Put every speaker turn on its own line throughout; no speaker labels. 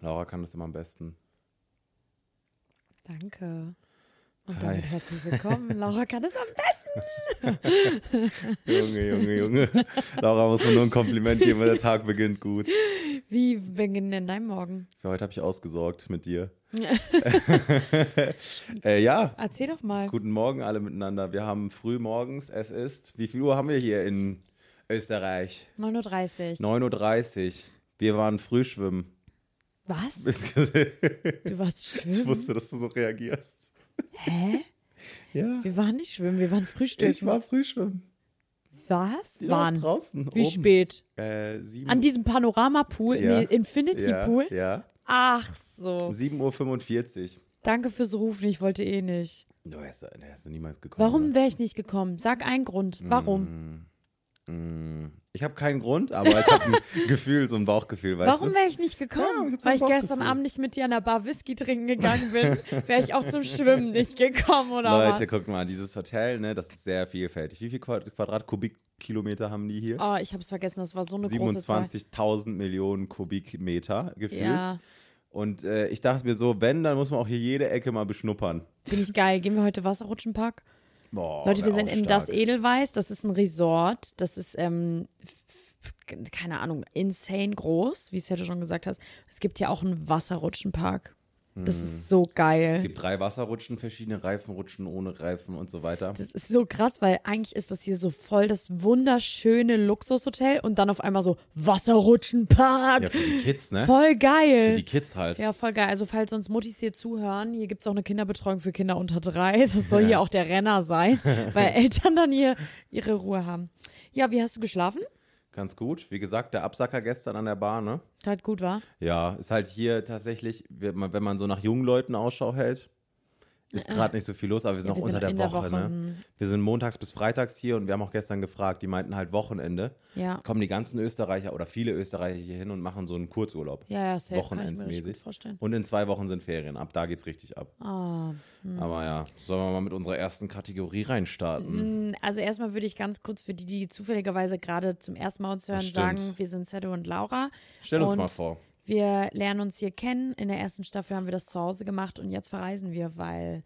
Laura kann das immer am besten.
Danke.
Hi.
Und damit herzlich willkommen. Laura kann es am besten.
Junge, Junge, Junge. Laura muss mir nur ein Kompliment geben, weil der Tag beginnt gut.
Wie beginnt denn dein Morgen?
Für heute habe ich ausgesorgt mit dir. äh, ja,
Erzähl doch mal.
guten Morgen alle miteinander. Wir haben früh morgens, es ist, wie viel Uhr haben wir hier in Österreich?
9.30 Uhr.
9.30 Uhr. Wir waren Frühschwimmen.
Was?
ich
Du warst schwimmen?
wusste, dass du so reagierst.
Hä?
Ja,
Wir waren nicht schwimmen, wir waren frühstücken.
ich war Frühschwimmen.
Was?
Ja,
waren.
draußen.
Wie
oben.
spät?
Äh, sieben,
An diesem Panoramapool?
Ja.
Nee, Infinity
ja,
Pool?
Ja,
Ach so.
7.45 Uhr.
Danke fürs Rufen, ich wollte eh nicht.
Du wärst, du wärst du niemals ne? gekommen.
Warum wäre ich nicht gekommen? Sag einen Grund.
Hm,
Warum?
Mm, Ich habe keinen Grund, aber ich habe ein Gefühl, so ein Bauchgefühl, weißt
Warum
du?
wäre ich nicht
Ja, ich
gekommen?
hab so
Weil
ein
ich gestern
Bauchgefühl.
Abend nicht mit dir an der Bar Whisky trinken gegangen bin, wäre ich auch zum Schwimmen nicht gekommen, oder
Leute,
was?
guckt mal, dieses Hotel, ne, das ist sehr vielfältig. Wie viel Quadrat- Quadratkubikilometer haben die hier?
Oh, ich hab's vergessen, das war so eine große Zahl.
27.000 Millionen Kubikmeter gefühlt.
Ja,
Und äh, ich dachte mir so, wenn, dann muss man auch hier jede Ecke mal beschnuppern.
finde ich geil. Gehen wir heute Wasserrutschenpark?
Boah,
Leute,
Oh, wär
wir sind
auch
in Das E-
stark.
Edelweiß. Das ist ein Resort. Das ist, ähm, f- f- keine Ahnung, insane groß, wie es ja du schon gesagt hast. Es gibt hier auch einen Wasserrutschenpark. Das ist so
Hm. Es
geil.
gibt drei Wasserrutschen, verschiedene Reifenrutschen, ohne Reifen und so weiter.
Das ist so krass, weil eigentlich ist das hier so voll das wunderschöne Luxushotel und dann auf einmal so Wasserrutschenpark.
ja, für die Kids, ne?
Voll
Für
geil.
die Kids halt.
Ja, voll geil. Also, falls uns Muttis hier zuhören, hier gibt's auch eine Kinderbetreuung für Kinder unter drei. Das soll hier auch der Renner sein, weil Eltern dann hier ihre Ruhe haben. Ja, wie hast du geschlafen?
Ganz gut. Wie gesagt, der Absacker gestern an der Bar, ne?
Tat Halt gut, war.
Ja, ist halt hier tatsächlich, wenn man, wenn man so nach jungen Leuten Ausschau hält, ist gerade nicht so viel los, aber wir sind
Äh,
auch
Ja, wir
unter
sind
der
in
Woche,
der Woche, hm.
ne? Wir sind montags bis freitags hier und wir haben auch gestern gefragt, die meinten halt Wochenende.
Ja.
Kommen die ganzen Österreicher oder viele Österreicher hier hin und machen so einen Kurzurlaub.
Ja, ja, safe. Kann ich mir das gut
Wochenendsmäßig.
vorstellen.
Und in zwei Wochen sind Ferien. Ab da geht's richtig ab.
Ah.
Aber ja, sollen wir mal mit unserer ersten Kategorie reinstarten?
Also, erstmal würde ich ganz kurz für die, die zufälligerweise gerade zum ersten Mal uns hören,
stimmt.
sagen, wir sind Sedo und Laura.
Stell uns
und
mal vor.
Wir lernen uns hier kennen. In der ersten Staffel haben wir das zu Hause gemacht und jetzt verreisen wir, weil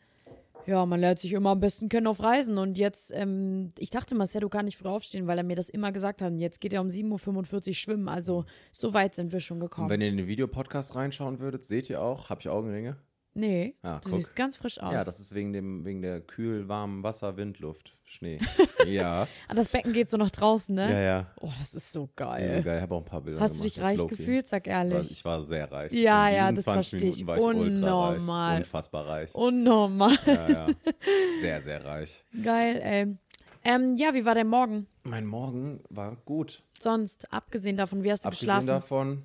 ja, man lernt sich immer am besten kennen auf Reisen. Und jetzt, ähm, ich dachte, Marcelo kann nicht früh aufstehen, weil er mir das immer gesagt hat. Und jetzt geht er um 7.45 Uhr schwimmen. Also so weit sind wir schon
Und
gekommen.
wenn ihr in den Videopodcast reinschauen würdet, seht ihr auch, habe ich Augenringe?
nee,
Ah,
du
guck.
siehst ganz frisch aus.
Ja, das ist wegen, dem, wegen der kühl, warmen Wasser, Windluft, Schnee. ja.
Ah, das Becken geht so nach draußen, ne?
Ja, ja.
Oh, das ist so
Ja,
geil.
geil, ich habe auch ein paar Bilder
Hast du
gemacht
dich
mit
reich
Floki.
gefühlt? Sag
Ich war,
ehrlich.
ich war sehr reich.
Ja,
In
ja,
diesen
das
20
verstehe
Minuten
ich.
war ich ultra
Unnormal. Oh.
reich. Unfassbar reich.
Unnormal.
Ja, ja. Sehr, sehr reich.
Geil, ey. Ähm, ja, wie war dein Morgen?
Mein Morgen war gut.
Sonst, abgesehen davon, wie hast du
Abgesehen
geschlafen?
davon,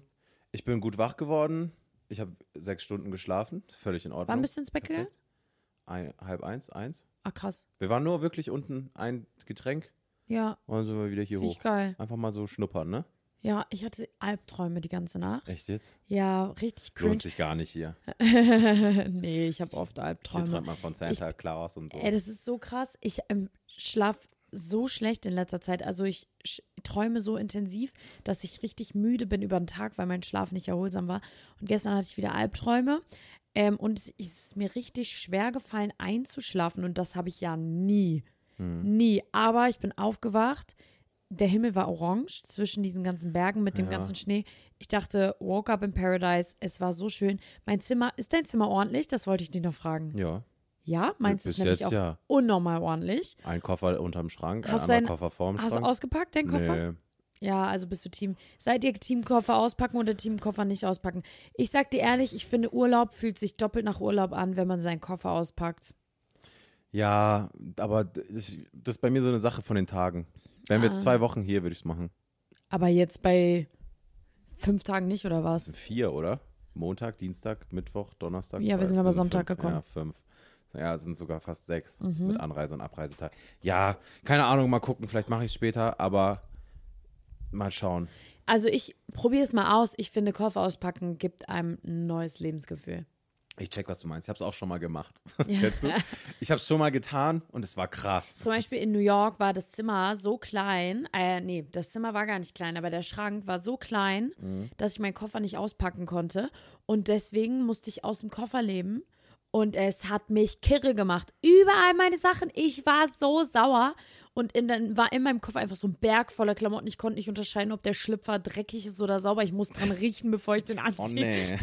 ich bin gut wach geworden. Ich habe sechs Stunden geschlafen. Völlig in Ordnung.
Wann bist du ins Bett gegangen?
Perfekt. ein, Halb eins, eins.
Ah, krass.
Wir waren nur wirklich unten ein Getränk
Ja,
und dann sind wir wieder hier
finde ich
hoch.
geil.
Einfach mal so schnuppern, ne?
Ja, ich hatte Albträume die ganze Nacht.
Echt jetzt?
Ja, richtig
Lohnt
cringe.
sich gar nicht hier.
nee, ich habe oft
Hier träumt
Albträume.
man von Santa Claus und so.
Ey, das ist so krass. Ich ähm, schlaf so schlecht in letzter Zeit. Also ich sch- träume so intensiv, dass ich richtig müde bin über den Tag, weil mein Schlaf nicht erholsam war. Und gestern hatte ich wieder Albträume. Ähm, und es ist mir richtig schwer gefallen, einzuschlafen. Und das habe ich ja nie.
Hm.
Nie. Aber ich bin aufgewacht. Der Himmel war orange zwischen diesen ganzen Bergen mit dem
Ja.
ganzen Schnee. Ich dachte, woke up in paradise. Es war so schön. Mein Zimmer, ist dein Zimmer ordentlich? Das wollte ich dich noch fragen.
Ja,
Ja, meins
Äh, Bis
ist nämlich
jetzt
auch
ja.
unnormal ordentlich.
ein Koffer unterm Schrank, ein
Hast du
anderer
einen-
Koffer vorm
Hast du
Schrank.
ausgepackt, deinen Koffer?
Nee.
Ja, also bist du Team. Seid ihr Teamkoffer auspacken oder Teamkoffer nicht auspacken? Ich sag dir ehrlich, ich finde, Urlaub fühlt sich doppelt nach Urlaub an, wenn man seinen Koffer auspackt.
Ja, aber das ist das ist bei mir so eine Sache von den Tagen. Wären wir
Ah.
jetzt zwei Wochen hier, würde ich es machen.
Aber jetzt bei fünf Tagen nicht, oder was?
Vier, oder? Montag, Dienstag, Mittwoch, Donnerstag.
Ja, wir sind aber
Freitag,
Sonntag
fünf,
gekommen. Mhm.
Ja, fünf. Ja, es sind sogar fast sechs mit Anreise- und Abreisetag. Ja, keine Ahnung, mal gucken, vielleicht mache ich es später, aber mal schauen.
Also ich probiere es mal aus. Ich finde, Koffer auspacken gibt einem ein neues Lebensgefühl.
Ich check, was du meinst. Ich habe es auch schon mal gemacht.
Ja.
Kennst du? Ich habe es schon mal getan und es war krass.
Zum Beispiel in New York war das Zimmer so klein, äh, nee, das Zimmer war gar nicht klein, aber der Schrank war so klein,
Mhm.
dass ich meinen Koffer nicht auspacken konnte. Und deswegen musste ich aus dem Koffer leben. Und es hat mich kirre gemacht. Überall meine Sachen. Ich war so sauer. Und in, dann war in meinem Koffer einfach so ein Berg voller Klamotten. Ich konnte nicht unterscheiden, ob der Schlüpfer dreckig ist oder sauber. Ich muss dran riechen, bevor ich den anziehe.
Oh nee.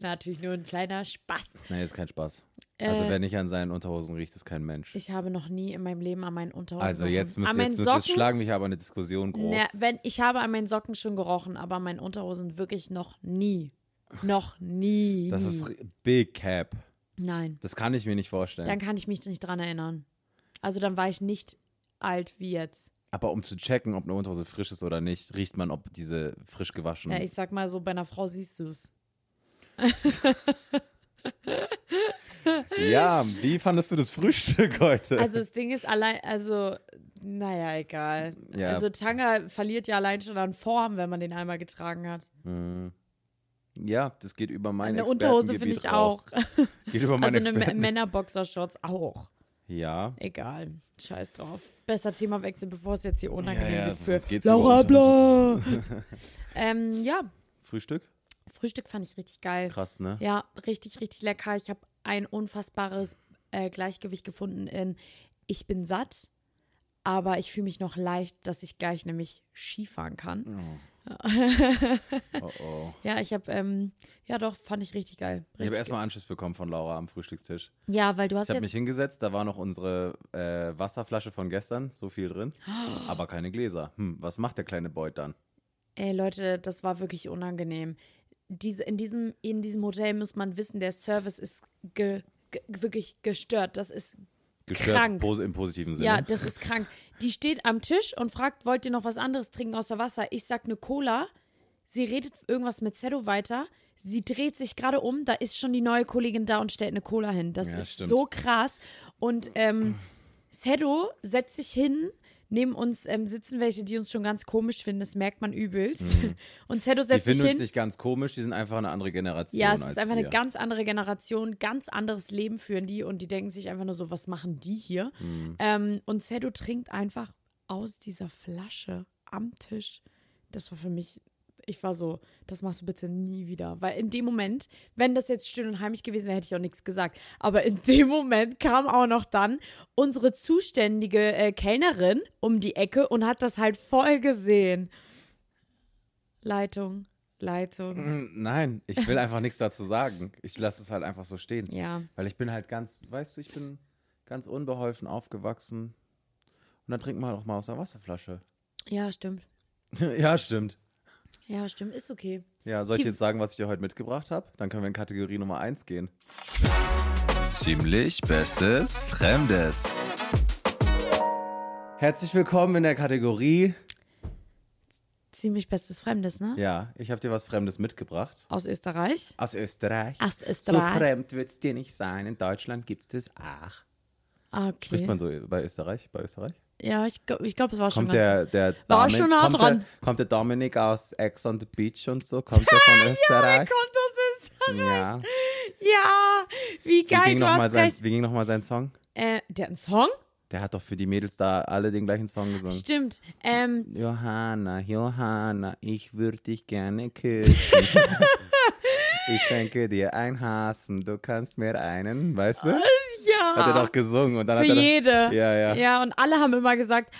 Natürlich nur ein kleiner Spaß.
Nee, ist kein Spaß. Also
Äh.
wer nicht an seinen Unterhosen riecht, ist kein Mensch.
Ich habe noch nie in meinem Leben an meinen Unterhosen
Also
gerochen.
jetzt
an
müsste
meinen
jetzt müsste es
Socken-
schlagen mich aber eine Diskussion groß.
Na, wenn, ich habe an meinen Socken schon gerochen, aber an meinen Unterhosen wirklich noch nie. Noch nie.
Das ist
Hm.
ri- Big Cap.
Nein,
Das kann ich mir nicht vorstellen.
dann kann ich mich nicht dran erinnern. Also dann war ich nicht alt wie jetzt.
Aber um zu checken, ob eine Unterhose frisch ist oder nicht, riecht man, ob diese frisch gewaschen
Ja, ich sag mal so, bei einer Frau siehst du es.
Ja, wie fandest du das Frühstück heute?
Also das Ding ist allein, also naja, egal.
Ja.
Also Tanga verliert ja allein schon an Form, wenn man den einmal getragen hat.
Hm. ja, das geht über mein
eine Unterhose finde
Expertengebiet
ich
raus.
auch.
Geht über meine
Also eine
Experten-
Männerboxershorts auch.
Ja.
Egal, scheiß drauf. Besser Themawechsel, bevor es jetzt hier unangenehm
Ja, ja,
wird für
sonst geht's
Laura
über
Bla. ähm, ja,
Frühstück?
Frühstück fand ich richtig geil.
Krass, ne?
Ja, richtig, richtig lecker. Ich habe ein unfassbares äh, Gleichgewicht gefunden in ich bin satt, aber ich fühle mich noch leicht, dass ich gleich nämlich Skifahren kann.
Oh oh.
Ja, ich habe, ähm, ja doch, fand ich richtig geil. Richtig
Ich habe erstmal Anschiss bekommen von Laura am Frühstückstisch.
geil. Ja, weil du hast
Ich habe
ja,
mich hingesetzt, da war noch unsere äh, Wasserflasche von gestern, so viel drin, aber keine Gläser. Hm, was macht der kleine Beut dann?
ey Leute, das war wirklich unangenehm. Diese, in, diesem, in diesem Hotel muss man wissen, der Service ist ge, ge, wirklich gestört. Das ist
Gestört
Krank.
Posi im positiven Sinne.
Ja, das ist krank. Die steht am Tisch und fragt, wollt ihr noch was anderes trinken außer Wasser? Ich sag eine Cola. Sie redet irgendwas mit Zeddo weiter. Sie dreht sich gerade um. Da ist schon die neue Kollegin da und stellt eine Cola hin. Das
Ja,
ist
stimmt.
so krass. Und ähm, Zeddo setzt sich hin. Neben uns ähm, sitzen welche, die uns schon ganz komisch finden. Das merkt man übelst. Und Zeddo
Mhm. die
setzt sich
finden uns
hin.
nicht ganz komisch, die sind einfach eine andere Generation.
Ja, es
als
ist einfach
wir.
eine ganz andere Generation, ganz anderes Leben führen die und die denken sich einfach nur so, was machen die hier?
Mhm.
Ähm, und Sedo trinkt einfach aus dieser Flasche am Tisch. Das war für mich, ich war so, das machst du bitte nie wieder. Weil in dem Moment, wenn das jetzt still und heimlich gewesen wäre, hätte ich auch nichts gesagt. Aber in dem Moment kam auch noch dann unsere zuständige äh, Kellnerin um die Ecke und hat das halt voll gesehen. Leitung, Leitung.
Mm, Nein, ich will einfach nichts dazu sagen. Ich lasse es halt einfach so stehen.
Ja.
Weil ich bin halt ganz, weißt du, ich bin ganz unbeholfen aufgewachsen. Und dann trinkt man doch mal aus der Wasserflasche.
Ja, stimmt.
ja, stimmt.
Ja, stimmt, ist okay.
Ja, soll ich
Die-
jetzt sagen, was ich dir heute mitgebracht habe? Dann können wir in Kategorie Nummer 1 gehen. Ziemlich Bestes Fremdes. Herzlich willkommen in der Kategorie.
Ziemlich bestes Fremdes, ne?
Ja, ich habe dir was Fremdes mitgebracht.
Aus Österreich.
Aus Österreich.
Aus
So
Österreich.
fremd wird's dir nicht sein. In Deutschland gibt's das auch.
ah,
Spricht
okay.
man so bei Österreich? Bei Österreich?
Ja, ich glaube, ich glaub, es war schon
Kommt
ganz.
der, der,
War
Domin-
schon nah
kommt,
dran.
Der, kommt der Dominik aus Ex on the Beach und so? Kommt der von Österreich?
kommt aus Österreich.
ja.
Ja, wie
Wie
geil,
ging
du
nochmal
hast
sein,
recht.
wie ging noch mal sein Song?
Äh, der hat einen Song?
Der hat doch für die Mädels da alle den gleichen Song gesungen.
Stimmt. Ähm,
Johanna, Johanna, ich würde dich gerne küssen. ich schenke dir ein Hasen, du kannst mir einen, weißt du?
ja.
Hat er doch gesungen und dann
für
hat er
jede.
Ja, ja.
Ja, und alle haben immer gesagt,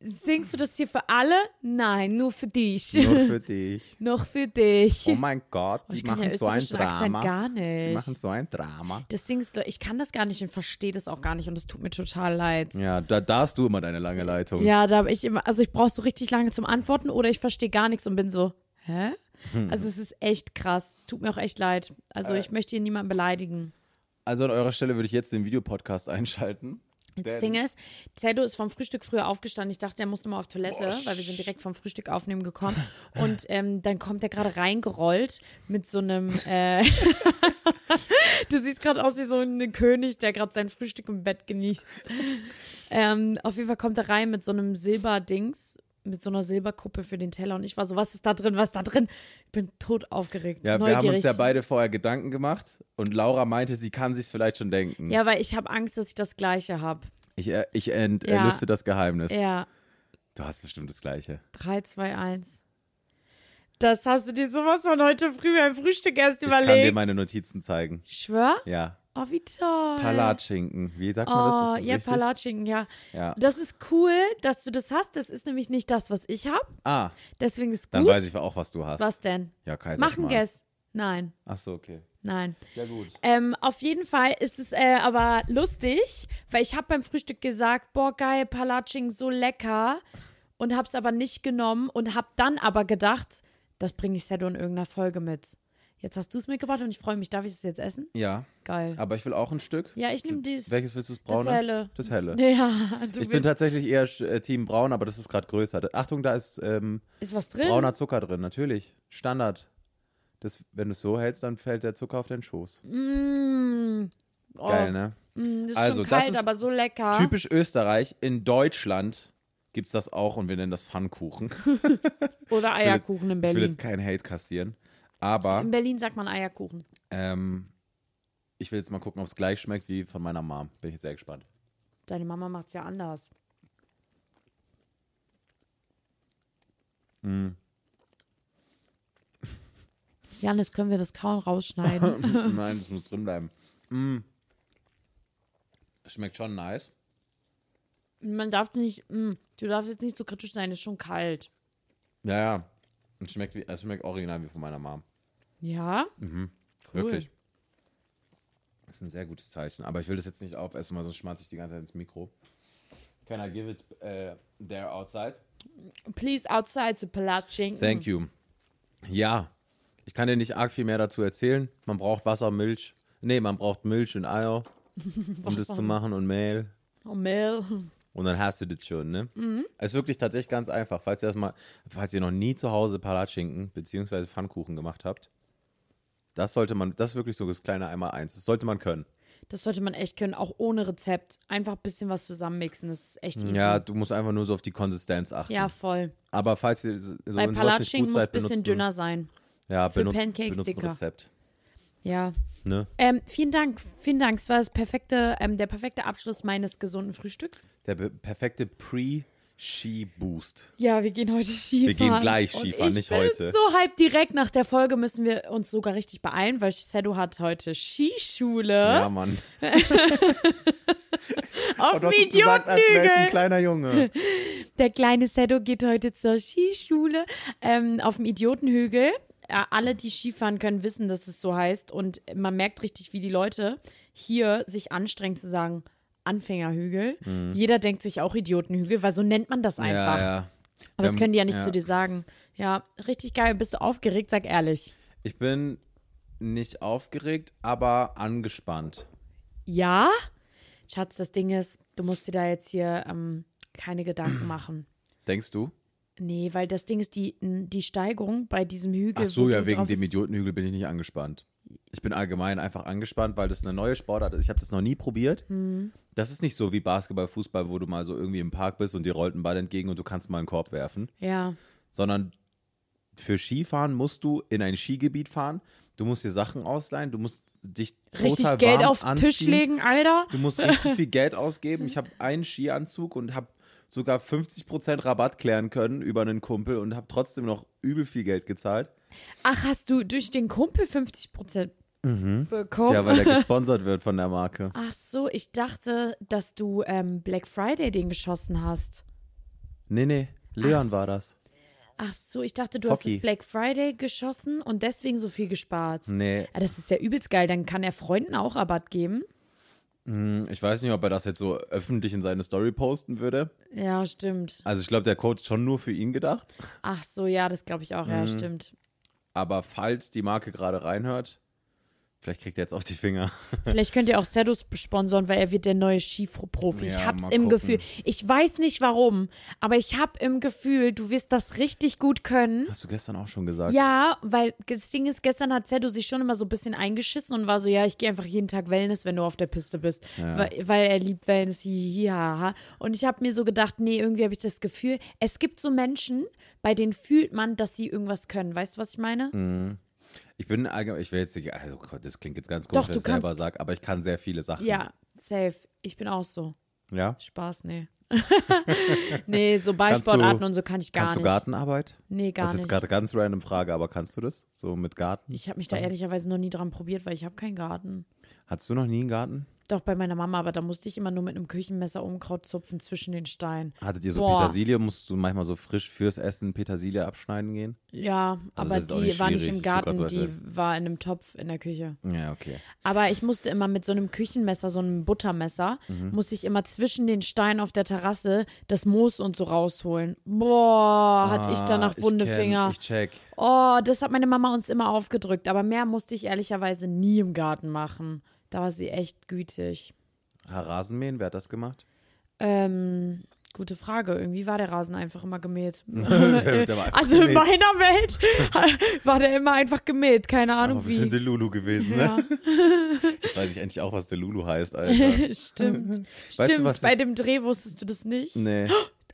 singst du das hier für alle? Nein, nur für dich.
doch nur für dich.
Noch für dich.
Oh mein Gott,
Oh,
die
ich kann
machen
ja
so ein
österreichischen Akzent
Drama.
gar
Die
nicht.
machen so ein Drama.
das Ding ist, ich kann das gar nicht und verstehe das auch gar nicht und es tut mir total leid.
Ja, da, da hast du immer deine lange Leitung.
Ja, da habe ich immer, also ich brauche so richtig lange zum Antworten oder ich verstehe gar nichts und bin so, hä? Also es ist echt krass. Es tut mir auch echt leid. Also ich möchte hier niemanden beleidigen.
Also an eurer Stelle würde ich jetzt den Videopodcast einschalten.
Das Ding ist, Zedo ist vom Frühstück früher aufgestanden. Ich dachte, er muss nochmal auf Toilette, weil wir sind direkt vom Frühstück aufnehmen gekommen. Und ähm, dann kommt er gerade reingerollt mit so einem. Äh, du siehst gerade aus wie so ein König, der gerade sein Frühstück im Bett genießt. Ähm, auf jeden Fall kommt er rein mit so einem Silberdings. mit so einer Silberkuppe für den Teller und ich war so, was ist da drin, was ist da drin? Ich bin tot aufgeregt,
Ja, wir
neugierig.
haben uns ja beide vorher Gedanken gemacht und Laura meinte, sie kann sich's vielleicht schon denken.
ja, weil ich habe Angst, dass ich das Gleiche habe.
Ich, äh, ich ent,
Ja.
erlüfte das Geheimnis.
Ja,
Du hast bestimmt das Gleiche.
3, 2, 1. Das hast du dir sowas von heute früh beim Frühstück erst
Ich
überlegt.
kann dir meine Notizen zeigen.
Schwör?
Ja.
Oh, wie toll.
Palatschinken. Wie sagt man das?
Oh,
Ist das
ja,
richtig?
Palatschinken, ja.
Ja.
Das ist cool, dass du das hast. Das ist nämlich nicht das, was ich habe.
Ah,
Deswegen ist
dann
gut.
weiß ich auch, was du hast.
Was denn?
Ja, Kai, sag's
Machen
mal.
Guess. Nein,
Ach so, okay.
nein.
Ja, gut.
Ähm, auf jeden Fall ist es äh, aber lustig, weil ich habe beim Frühstück gesagt, boah geil, Palatschinken, so lecker und habe es aber nicht genommen und habe dann aber gedacht, das bringe ich Sedo in irgendeiner Folge mit. Jetzt hast du es mitgebracht und ich freue mich. Darf ich es jetzt essen?
Ja,
Geil.
aber ich will auch ein Stück.
Ja, ich nehme dieses.
Welches willst du, das braune?
helle.
Das helle.
Ja, du
Ich bin
willst,
tatsächlich eher äh, Team Braun, aber das ist gerade größer. Da- Achtung, da ist ähm,
ist was drin?
brauner Zucker drin, natürlich. Standard. Das, wenn du es so hältst, dann fällt der Zucker auf den Schoß.
Mmh. Oh,
Geil, ne?
mm, das ist
Also,
schon
das
kalt,
ist
aber so lecker.
Typisch Österreich. In Deutschland gibt es das auch und wir nennen das Pfannkuchen.
Oder
will jetzt-
Eierkuchen in
Ich will
Berlin.
jetzt keinen Hate kassieren. Aber
In Berlin sagt man Eierkuchen.
ähm, ich will jetzt mal gucken, ob es gleich schmeckt wie von meiner Mom. Bin ich sehr gespannt.
Deine Mama macht es ja anders.
Mhm.
Janis, können wir das Kauen rausschneiden?
Nein, das muss drin bleiben. Mm. Schmeckt schon nice.
Man darf nicht, mm, du darfst jetzt nicht so kritisch sein, ist schon kalt.
Ja, ja. Es schmeckt, wie, es schmeckt original wie von meiner Mom.
Ja? Cool.
Mhm. Wirklich. Das ist ein sehr gutes Zeichen. Aber ich will das jetzt nicht aufessen, weil sonst schmatze ich die ganze Zeit ins Mikro. Can I give it äh, there outside?
Please outside the Palatschinken.
Thank you. Ja, ich kann dir nicht arg viel mehr dazu erzählen. Man braucht Wasser, Milch. Nee, man braucht Milch und Eier, um das zu machen und Mehl.
Oh, Mel.
Und dann hast du das schon, ne? Ist wirklich tatsächlich ganz einfach. Falls ihr, das mal, falls ihr noch nie zu Hause Palatschinken bzw. Pfannkuchen gemacht habt, das sollte man, das ist wirklich so das kleine einmal eins. Das sollte man können.
Das sollte man echt können, auch ohne Rezept. Einfach ein bisschen was zusammenmixen, das ist echt easy.
Ja, du musst einfach nur so auf die Konsistenz achten.
ja voll.
Aber falls ihr so
Bei
in sowas nicht
Palatschinken
gut
muss ein
seid,
bisschen
benutzt, ein-
dünner sein.
ja,
für
benutzt,
Pancakes
benutzt ein
dicker.
Rezept.
Ja.
Ne?
Ähm, vielen Dank, vielen Dank. Es war das perfekte, ähm, der perfekte Abschluss meines gesunden Frühstücks.
Der be- perfekte Pre-Ski-Boost.
Ja, wir gehen heute Skifahren.
gehen gleich
Und
Skifahren,
ich
nicht
bin
heute.
So halb direkt nach der Folge müssen wir uns sogar richtig beeilen, weil Sedo hat heute Skischule
Ja, Mann.
auf
Oh, du hast es gesagt, als wäre ich ein
Idiotennügel.
kleiner Junge.
Der kleine Sedo geht heute zur Skischule ähm, auf dem Idiotenhügel. Äh, alle, die Skifahren können, wissen, dass es so heißt. Und man merkt richtig, wie die Leute hier sich anstrengen zu sagen, Anfängerhügel. Jeder denkt sich auch Idiotenhügel, weil so nennt man das einfach.
Mhm. Ja, ja.
Aber das
Ähm,
können die ja nicht
ja.
zu dir sagen. Ja, richtig geil. Bist du aufgeregt? Sag ehrlich.
Ich bin nicht aufgeregt, aber angespannt.
Ja? Schatz, das Ding ist, du musst dir da jetzt hier ähm, keine Gedanken machen.
Denkst du?
Nee, weil das Ding ist, die, die Steigung bei diesem Hügel.
Ach so,
wo
ja,
du
wegen
drauf
dem
bist-
Idiotenhügel bin ich nicht angespannt. Ich bin allgemein einfach angespannt, weil das eine neue Sportart ist. Ich habe das noch nie probiert.
Hm.
Das ist nicht so wie Basketball, Fußball, wo du mal so irgendwie im Park bist und dir rollt ein Ball entgegen und du kannst mal einen Korb werfen.
Ja.
Sondern für Skifahren musst du in ein Skigebiet fahren. Du musst dir Sachen ausleihen. Du musst dich total
Richtig
warm
Geld auf den
anziehen.
Tisch legen, Alter.
Du musst richtig viel Geld ausgeben. Ich habe einen Skianzug und habe sogar 50% Rabatt klären können über einen Kumpel und habe trotzdem noch übel viel Geld gezahlt.
Ach, hast du durch den Kumpel 50 Prozent bekommen?
Mhm. Ja, weil der gesponsert wird von der Marke.
Ach so, ich dachte, dass du ähm, Black Friday den geschossen hast.
Nee, nee, Leon
Ach
war
so.
das.
Ach so, ich dachte, du hast
Focky. Hm.
das Black Friday geschossen und deswegen so viel gespart.
Nee,
Ah, das ist ja übelst geil. Dann kann er Freunden auch Rabatt geben.
hm, ich weiß nicht, ob er das jetzt so öffentlich in seine Story posten würde.
Ja, stimmt.
Also ich glaube, der Code ist schon nur für ihn gedacht.
Ach
Hm.
so, ja, das glaube ich auch. Ja, stimmt.
Aber falls die Marke gerade reinhört, Vielleicht kriegt er jetzt auf die Finger.
Vielleicht könnt ihr auch Sedus sponsoren, weil er wird der neue Skiprofi.
Ja,
ich hab's
mal
im
gucken.
Gefühl. Ich weiß nicht warum, aber ich hab im Gefühl, du wirst das richtig gut können.
Hast du gestern auch schon gesagt?
Ja, weil das Ding ist, gestern hat Zedo sich schon immer so ein bisschen eingeschissen und war so, ja, ich gehe einfach jeden Tag Wellness, wenn du auf der Piste bist, weil, weil er liebt Wellness, ja. Und ich habe mir so gedacht, nee, irgendwie habe ich das Gefühl, es gibt so Menschen, bei denen fühlt man, dass sie irgendwas können. Weißt du, was ich meine?
Mhm. Ich bin allgemein, ich will jetzt nicht, also Gott, das klingt jetzt ganz komisch,
Doch,
wenn
du
ich selber
kannst-
sage, aber ich kann sehr viele Sachen.
Ja, safe. Ich bin auch so.
Ja?
Spaß, nee. nee, so
Kannst du-
Ballsportarten und so kann ich gar
Kannst
nicht.
du Gartenarbeit?
Nee, gar
das ist jetzt
nicht.
gerade ganz random Frage, aber kannst du das? So mit Garten?
Ich habe mich da ehrlicherweise noch nie dran probiert, weil ich habe keinen Garten.
Hattest du noch nie einen Garten?
Doch bei meiner Mama, aber da musste ich immer nur mit einem Küchenmesser Unkraut zupfen zwischen den Steinen.
Hattet ihr so
Boah.
Petersilie? Musst du manchmal so frisch fürs Essen Petersilie abschneiden gehen?
Ja,
Also
aber
das ist auch
die
nicht
war nicht
schwierig.
im
Ich tu grad so,
Garten,
als
die
wär-
war in einem Topf in der Küche.
Ja, okay.
Aber ich musste immer mit so einem Küchenmesser, so einem Buttermesser,
Mhm.
musste ich immer zwischen den Steinen auf der Terrasse das Moos und so rausholen. Boah, hatte ich danach
Ah,
wunde
kenn,
Finger.
Ich check.
Oh, das hat meine Mama uns immer aufgedrückt. Aber mehr musste ich ehrlicherweise nie im Garten machen. Da war sie echt gütig.
Ah, Rasenmähen, wer hat das gemacht?
Ähm, gute Frage. Irgendwie war der Rasen einfach immer gemäht.
der war einfach
also in
gemäht.
meiner Welt war der immer einfach gemäht. Keine Ahnung
Oh, wir sind
wie.
Delulu gewesen, ne?
Ja,
Jetzt weiß ich endlich auch, was Delulu heißt, Alter.
stimmt.
du,
stimmt.
was
Bei
ich-
dem Dreh wusstest du das nicht.
nee.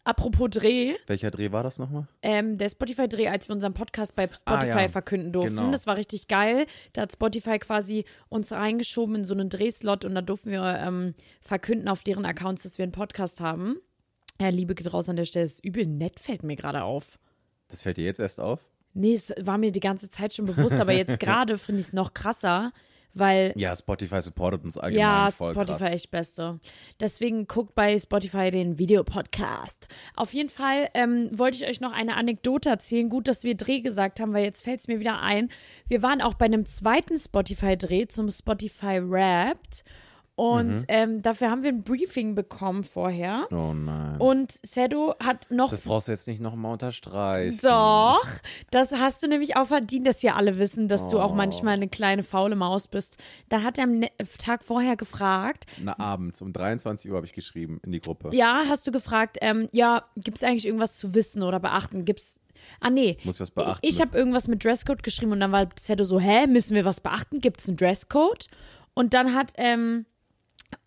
Apropos Dreh,
Welcher Dreh war das nochmal?
ähm, der Spotify-Dreh, als wir unseren Podcast bei Spotify
Ah, ja.
verkünden durften,
Genau.
das war richtig geil. Da hat Spotify quasi uns reingeschoben in so einen Drehslot und da durften wir ähm, verkünden auf deren Accounts, dass wir einen Podcast haben. Ja, Liebe geht raus an der Stelle. Das ist übel nett, fällt mir gerade auf.
Das fällt dir jetzt erst auf?
Nee, es war mir die ganze Zeit schon bewusst, aber jetzt gerade finde ich es noch krasser, weil
Ja, Spotify supportet uns allgemein
ja,
voll
Spotify
krass.
echt beste. Deswegen guckt bei Spotify den Videopodcast. Auf jeden Fall ähm, wollte ich euch noch eine Anekdote erzählen. Gut, dass wir Dreh gesagt haben, weil jetzt fällt es mir wieder ein. Wir waren auch bei einem zweiten Spotify-Dreh zum Spotify Wrapped. Und
Mhm.
ähm, dafür haben wir ein Briefing bekommen vorher.
Oh nein.
Und Sedo hat noch
Das brauchst du jetzt nicht nochmal unterstreichen.
doch, das hast du nämlich auch verdient, dass ihr alle wissen, dass du
Oh.
auch manchmal eine kleine faule Maus bist. Da hat er am Ne- Tag vorher gefragt,
Na, abends um 23 Uhr habe ich geschrieben in die Gruppe.
ja, hast du gefragt, ähm, ja, gibt es eigentlich irgendwas zu wissen oder beachten? Gibt's. Ah, nee.
Muss ich was beachten?
Ich habe irgendwas mit Dresscode geschrieben und dann war Zedo so, hä, müssen wir was beachten? Gibt es einen Dresscode? Und dann hat ähm,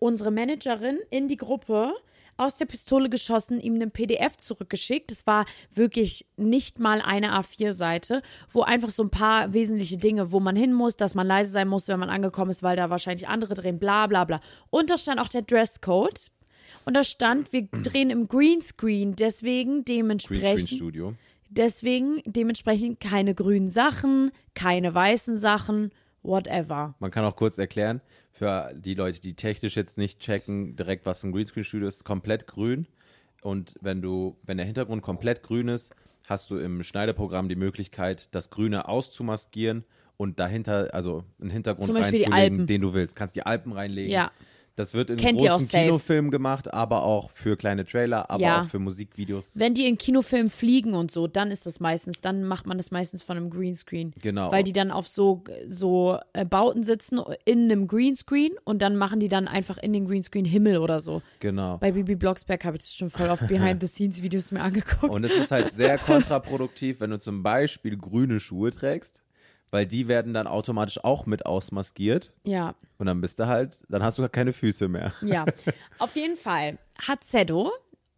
unsere Managerin in die Gruppe aus der Pistole geschossen, ihm einen PDF zurückgeschickt. Es war wirklich nicht mal eine A4-Seite, wo einfach so ein paar wesentliche Dinge, wo man hin muss, dass man leise sein muss, wenn man angekommen ist, weil da wahrscheinlich andere drehen, bla bla bla. Und da stand auch der Dresscode. Und da stand, wir drehen im Greenscreen, deswegen dementsprechend.
Greenscreen-Studio.
Deswegen dementsprechend keine grünen Sachen, keine weißen Sachen, whatever.
Man kann auch kurz erklären, für die Leute, die technisch jetzt nicht checken, direkt was ein Greenscreen-Studio ist, komplett grün. Und wenn du, wenn der Hintergrund komplett grün ist, hast du im Schneiderprogramm die Möglichkeit, das Grüne auszumaskieren und dahinter, also einen Hintergrund
Zum Beispiel die
reinzulegen,
Alpen.
den du willst. Kannst die Alpen reinlegen.
Ja.
Das wird in
Kennt ihr auch
großen
safe.
Kinofilmen gemacht, aber auch für kleine Trailer, aber
Ja.
auch für Musikvideos.
Wenn die in Kinofilmen fliegen und so, dann ist das meistens, dann macht man das meistens von einem Greenscreen.
Genau.
Weil die dann auf so, so äh, Bauten sitzen in einem Greenscreen und dann machen die dann einfach in den Greenscreen Himmel oder so.
Genau.
Bei Bibi Blocksberg habe ich das schon voll auf Behind-the-Scenes-Videos mir angeguckt.
Und es ist halt sehr kontraproduktiv, wenn du zum Beispiel grüne Schuhe trägst, weil die werden dann automatisch auch mit ausmaskiert.
ja.
Und dann bist du halt, dann hast du gar keine Füße mehr.
Ja, auf jeden Fall hat Zedo,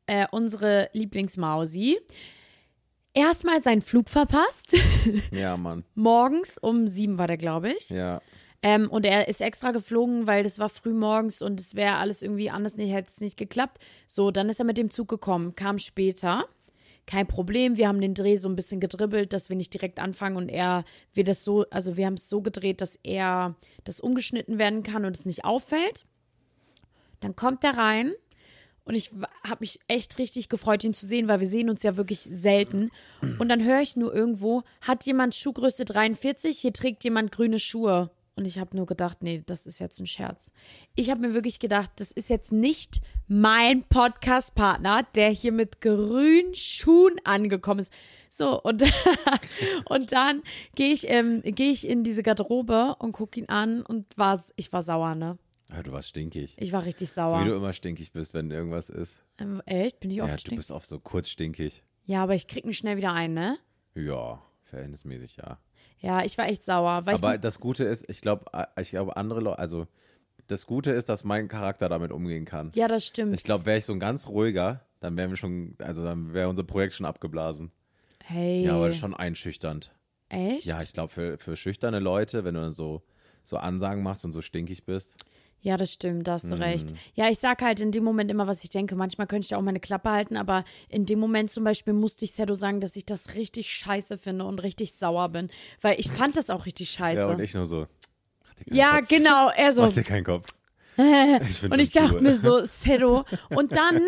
äh, unsere Lieblingsmausi, erstmal seinen Flug verpasst.
Ja, Mann.
morgens um sieben war der, glaube ich.
Ja.
Ähm, und er ist extra geflogen, weil das war früh morgens und es wäre alles irgendwie anders, nicht, hätte es nicht geklappt. So, dann ist er mit dem Zug gekommen, kam später. Kein Problem, wir haben den Dreh so ein bisschen gedribbelt, dass wir nicht direkt anfangen und er, wir das so, also wir haben es so gedreht, dass er das umgeschnitten werden kann und es nicht auffällt. Dann kommt er rein und ich habe mich echt richtig gefreut, ihn zu sehen, weil wir sehen uns ja wirklich selten. Und dann höre ich nur irgendwo, hat jemand Schuhgröße 43, hier trägt jemand grüne Schuhe. Und Und ich habe nur gedacht, nee, das ist jetzt ein Scherz. Ich habe mir wirklich gedacht, das ist jetzt nicht mein Podcast-Partner, der hier mit grünen Schuhen angekommen ist. So, und, und dann gehe ich, ähm, geh ich in diese Garderobe und gucke ihn an und war, ich war sauer, ne?
Ah, du warst stinkig.
Ich war richtig
So
sauer.
wie du immer stinkig bist, wenn irgendwas ist.
ähm, echt? Bin ich oft
ja, du
stinkig?
bist oft so kurz stinkig.
Ja, aber ich krieg mich schnell wieder ein, ne?
Ja, verhältnismäßig ja.
Ja, ich war echt sauer. Weil
Aber
ich,
das Gute ist, ich glaube, ich glaube andere Leute, also das Gute ist, dass mein Charakter damit umgehen kann.
ja, das stimmt.
Ich glaube, wäre ich so ein ganz ruhiger, dann wären wir schon, also dann wäre unser Projekt schon abgeblasen.
hey.
Ja, aber das ist schon einschüchternd.
echt?
Ja, ich glaube, für, für schüchterne Leute, wenn du dann so, so Ansagen machst und so stinkig bist.
Ja, das stimmt, da hast
Hm.
du recht. Ja, ich sag halt in dem Moment immer, was ich denke. Manchmal könnte ich da auch meine Klappe halten, aber in dem Moment zum Beispiel musste ich Sedo sagen, dass ich das richtig scheiße finde und richtig sauer bin. Weil ich fand das auch richtig scheiße.
Ja, und ich nur so. Mach dir keinen
Ja,
Kopf.
genau, er so.
Mach dir keinen Kopf. Ich bin
Und ich
schon
dachte
cool.
mir so, Sedo. Und dann,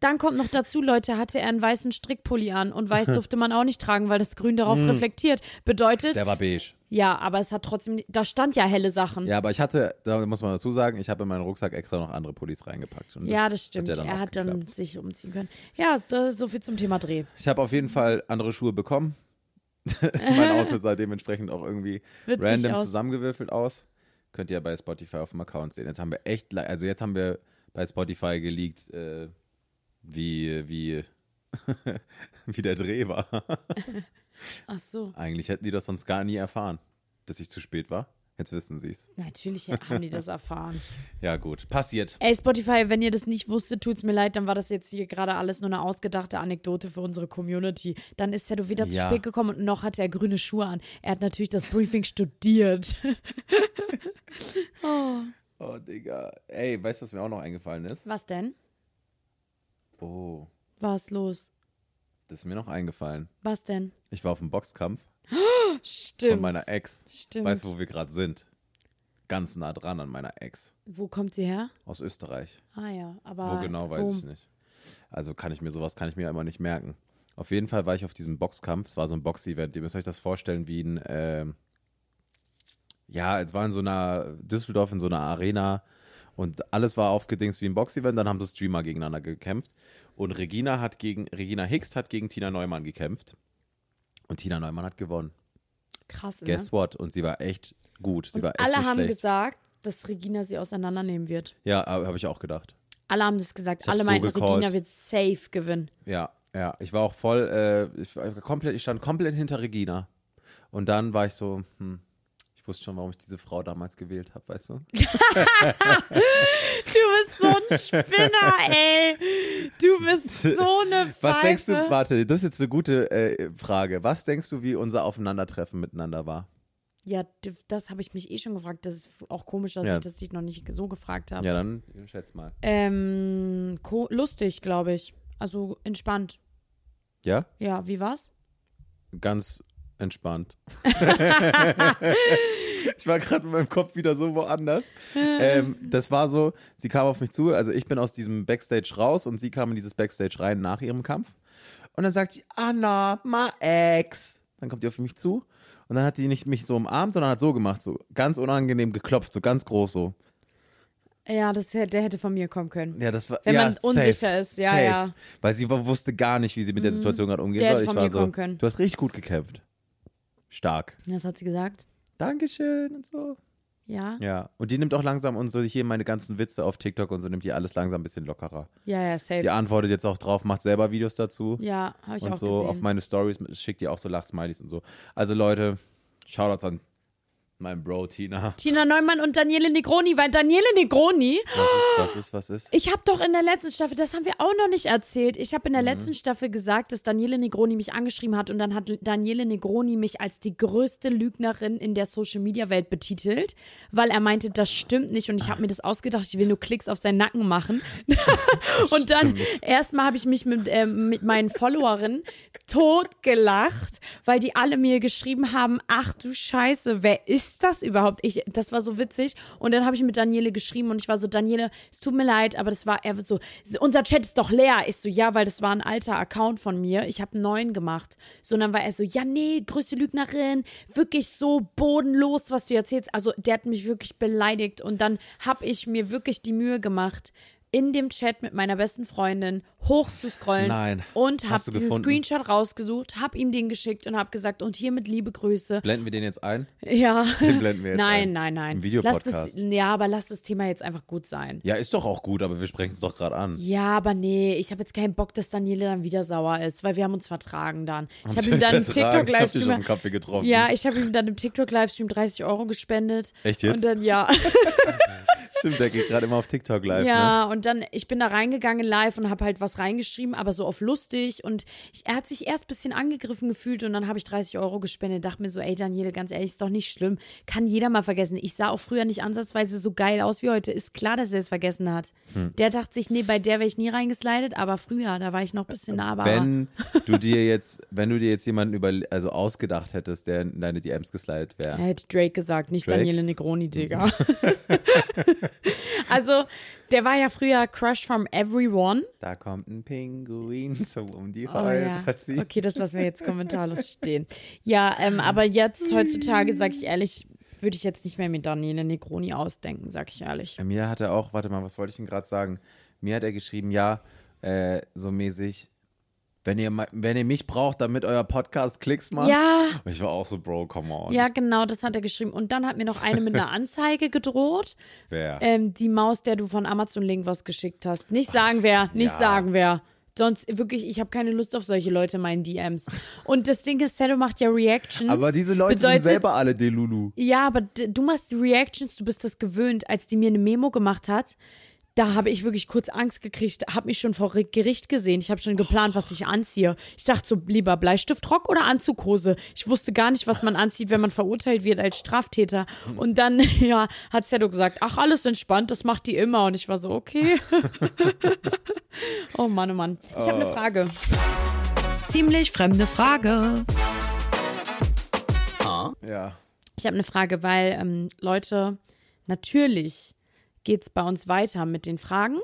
dann kommt noch dazu, Leute, hatte er einen weißen Strickpulli an und weiß durfte man auch nicht tragen, weil das Grün darauf reflektiert. Bedeutet,
Hm. Der war beige.
ja, aber es hat trotzdem, da stand ja helle Sachen.
Ja, aber ich hatte, da muss man dazu sagen, ich habe in meinen Rucksack extra noch andere Pullis reingepackt. Und
Ja, das stimmt.
Hat ja dann
er
auch
hat dann
geklappt.
sich umziehen können. Ja, das, so viel zum Thema Dreh.
Ich habe auf jeden Fall andere Schuhe bekommen. mein Outfit sah dementsprechend auch irgendwie
Witzig
random
aus.
zusammengewürfelt aus. Könnt ihr bei Spotify auf dem Account sehen. Jetzt haben wir echt, le- also jetzt haben wir bei Spotify geleakt, äh, wie, wie, wie der Dreh war.
Ach so.
Eigentlich hätten die das sonst gar nie erfahren, dass ich zu spät war. Jetzt wissen sie es.
Natürlich haben die das erfahren.
Ja, gut. Passiert.
Ey, Spotify, wenn ihr das nicht wusstet, tut's mir leid, dann war das jetzt hier gerade alles nur eine ausgedachte Anekdote für unsere Community. Dann ist Sedo wieder zu
Ja.
spät gekommen und noch hat er grüne Schuhe an. Er hat natürlich das Briefing studiert.
Oh, Digga. Ey, weißt du, was mir auch noch eingefallen ist?
Was denn?
Oh,
Was los?
das ist mir noch eingefallen.
Was denn?
Ich war auf dem Boxkampf
Stimmt.
von meiner Ex.
Stimmt.
Weißt du, wo wir gerade sind? Ganz nah dran an meiner Ex.
Wo kommt sie her?
Aus Österreich.
Ah ja, aber.
Wo genau, weiß
wo-
ich nicht. Also kann ich mir sowas, kann ich mir immer nicht merken. Auf jeden Fall war ich auf diesem Boxkampf. Es war so ein Boxevent. Ihr müsst euch das vorstellen wie ein, ähm, ja, es war in so einer, Düsseldorf in so einer Arena und alles war aufgedingst wie ein Boxevent. Dann haben so Streamer gegeneinander gekämpft. Und Regina hat gegen, Regina Hickst hat gegen Tina Neumann gekämpft. Und Tina Neumann hat gewonnen.
Krass, ne?
Guess what? Und sie war echt gut. Sie
Und
war echt
alle
nicht
haben
schlecht.
gesagt, dass Regina sie auseinandernehmen wird.
Ja, habe ich auch gedacht.
Alle haben das gesagt.
hab's
Alle
so
meinten,
gecallt.
Regina wird safe gewinnen.
Ja, ja. Ich war auch voll, äh, ich, war komplett, ich stand komplett hinter Regina. Und dann war ich so, hm, ich wusste schon, warum ich diese Frau damals gewählt habe, weißt du?
Du bist so ein Spinner, ey. Du bist so eine Pfeife.
Was denkst du, warte, das ist jetzt eine gute äh, Frage. Was denkst du, wie unser Aufeinandertreffen miteinander war?
Ja, d- das habe ich mich eh schon gefragt. Das ist auch komisch, dass
Ja.
ich das dich noch nicht so gefragt habe.
Ja, dann schätz mal.
Ähm, ko- lustig, glaube ich. Also entspannt.
Ja?
Ja, wie war's?
Ganz entspannt. ich war gerade in meinem Kopf wieder so woanders. Ähm, das war so, sie kam auf mich zu, also ich bin aus diesem Backstage raus und sie kam in dieses Backstage rein nach ihrem Kampf. Und dann sagt sie, Anna, ma Ex. Dann kommt die auf mich zu und dann hat die nicht mich so umarmt, sondern hat so gemacht, so ganz unangenehm geklopft, so ganz groß so.
Ja, das, hätte- der hätte von mir kommen können.
Ja, das war
Wenn
ja,
man
safe,
unsicher ist, ja,
safe.
ja. Mhm.
Weil sie w- wusste gar nicht, wie sie mit der Situation gerade umgehen
Der hätte
soll. Ich
von
war
mir
so,
kommen können.
du hast richtig gut gekämpft. Stark.
Das hat sie gesagt.
Dankeschön und so.
Ja?
Ja, und die nimmt auch langsam und so hier meine ganzen Witze auf TikTok und so nimmt die alles langsam ein bisschen lockerer.
Ja, ja, safe.
Die
Ja,
antwortet jetzt auch drauf, macht selber Videos dazu
habe ich
und
auch
so
gesehen.
auf meine Stories mit- schickt ihr auch so Lachsmileys und so. Also Leute, Shoutouts an meinen Bro Tina.
Tina Neumann und Daniele Negroni, weil Daniele Negroni
Was ist, was ist, was ist?
Ich habe doch in der letzten Staffel, das haben wir auch noch nicht erzählt, ich habe in der letzten Staffel gesagt, dass Daniele Negroni mich angeschrieben hat und dann hat Daniele Negroni mich als die größte Lügnerin in der Social-Media-Welt betitelt, weil er meinte, das stimmt nicht und ich habe mir das ausgedacht, ich will nur Klicks auf seinen Nacken machen. und dann erstmal habe ich mich mit, ähm, mit meinen Followerinnen totgelacht, weil die alle mir geschrieben haben, ach du Scheiße, wer ist ist das überhaupt? Ich, das war so witzig. Und dann habe ich mit Daniele geschrieben und ich war so, Daniele, es tut mir leid, aber das war, er wird so, unser Chat ist doch leer. Ich so, ja, weil das war ein alter Account von mir. Ich habe einen neuen gemacht. So, und dann war er so, ja, nee, größte Lügnerin, wirklich so bodenlos, was du erzählst. Also, der hat mich wirklich beleidigt. Und dann habe ich mir wirklich die Mühe gemacht, in dem Chat mit meiner besten Freundin hochzuscrollen
Nein.
und habe
Hast du
diesen
gefunden?
Screenshot rausgesucht, habe ihm den geschickt und habe gesagt und hiermit liebe Grüße.
Blenden wir den jetzt ein?
Ja.
Den blenden wir jetzt
nein,
ein.
nein, nein.
Ein
lass
Videopodcast.
das, ja, aber lass das Thema jetzt einfach gut sein.
Ja, ist doch auch gut, aber wir sprechen es doch gerade an.
Ja, aber nee, ich habe jetzt keinen Bock, dass Daniele dann wieder sauer ist, weil wir haben uns vertragen dann. Ich habe
Habt
ihm
ihr
dann im
vertragen?
TikTok
Habt ihr schon
Livestream
einen Kaffee getroffen?
ja, ich habe ihm dann im TikTok Livestream 30 Euro gespendet.
Echt jetzt?
Und dann ja.
Stimmt, der geht gerade immer auf TikTok live. Ne?
Ja, und dann, ich bin da reingegangen live und habe halt was reingeschrieben, aber so auf lustig. Und ich, er hat sich erst ein bisschen angegriffen gefühlt und dann habe ich 30 Euro gespendet. Dachte mir so, ey, Daniele, ganz ehrlich, ist doch nicht schlimm. Kann jeder mal vergessen. Ich sah auch früher nicht ansatzweise so geil aus wie heute. Ist klar, dass er es vergessen hat.
Hm.
Der dachte sich, nee, bei der wäre ich nie reingeslidet, aber früher, da war ich noch ein bisschen nahbarer.
Wenn du dir jetzt, wenn du dir jetzt jemanden über, also ausgedacht hättest, der in deine DMs geslidet wäre.
Er hätte Drake gesagt, nicht
Drake?
Daniele Negroni, Digga. also, der war ja früher Crush from Everyone.
Da kommt ein Pinguin so um die
Oh,
Häuser
ja.
zieht.
Okay, das lassen wir jetzt kommentarlos stehen. Ja, ähm, aber jetzt, heutzutage, sag ich ehrlich, würde ich jetzt nicht mehr mit Daniele Negroni ausdenken, sag ich ehrlich.
Mir hat er auch, warte mal, was wollte ich denn gerade sagen? Mir hat er geschrieben, ja, äh, so mäßig, wenn ihr, ma- wenn ihr mich braucht, damit euer Podcast Klicks macht.
Ja.
Und ich war auch so, Bro, come on.
Ja, genau, das hat er geschrieben. Und dann hat mir noch eine mit einer Anzeige gedroht.
Wer?
Ähm, die Maus, der du von Amazon Link was geschickt hast. Nicht sagen wer, nicht
ja.
sagen wer. Sonst wirklich, ich habe keine Lust auf solche Leute in meinen DMs. Und das Ding ist, Cello macht ja Reactions.
Aber diese Leute
bedeutet,
sind selber alle Delulu.
Ja, aber d- du machst die Reactions, du bist das gewöhnt. Als die mir eine Memo gemacht hat, da habe ich wirklich kurz Angst gekriegt, habe mich schon vor Re- Gericht gesehen. Ich habe schon geplant, was ich anziehe. Ich dachte so, lieber Bleistiftrock oder Anzughose. Ich wusste gar nicht, was man anzieht, wenn man verurteilt wird als Straftäter. Und dann, ja, hat Sedo gesagt, ach, alles entspannt, das macht die immer. Und ich war so, okay. oh Mann, oh Mann. Ich habe eine Frage. Ziemlich fremde Frage.
Ja.
Ich habe eine Frage, weil ähm, Leute, natürlich geht es bei uns weiter mit den Fragen.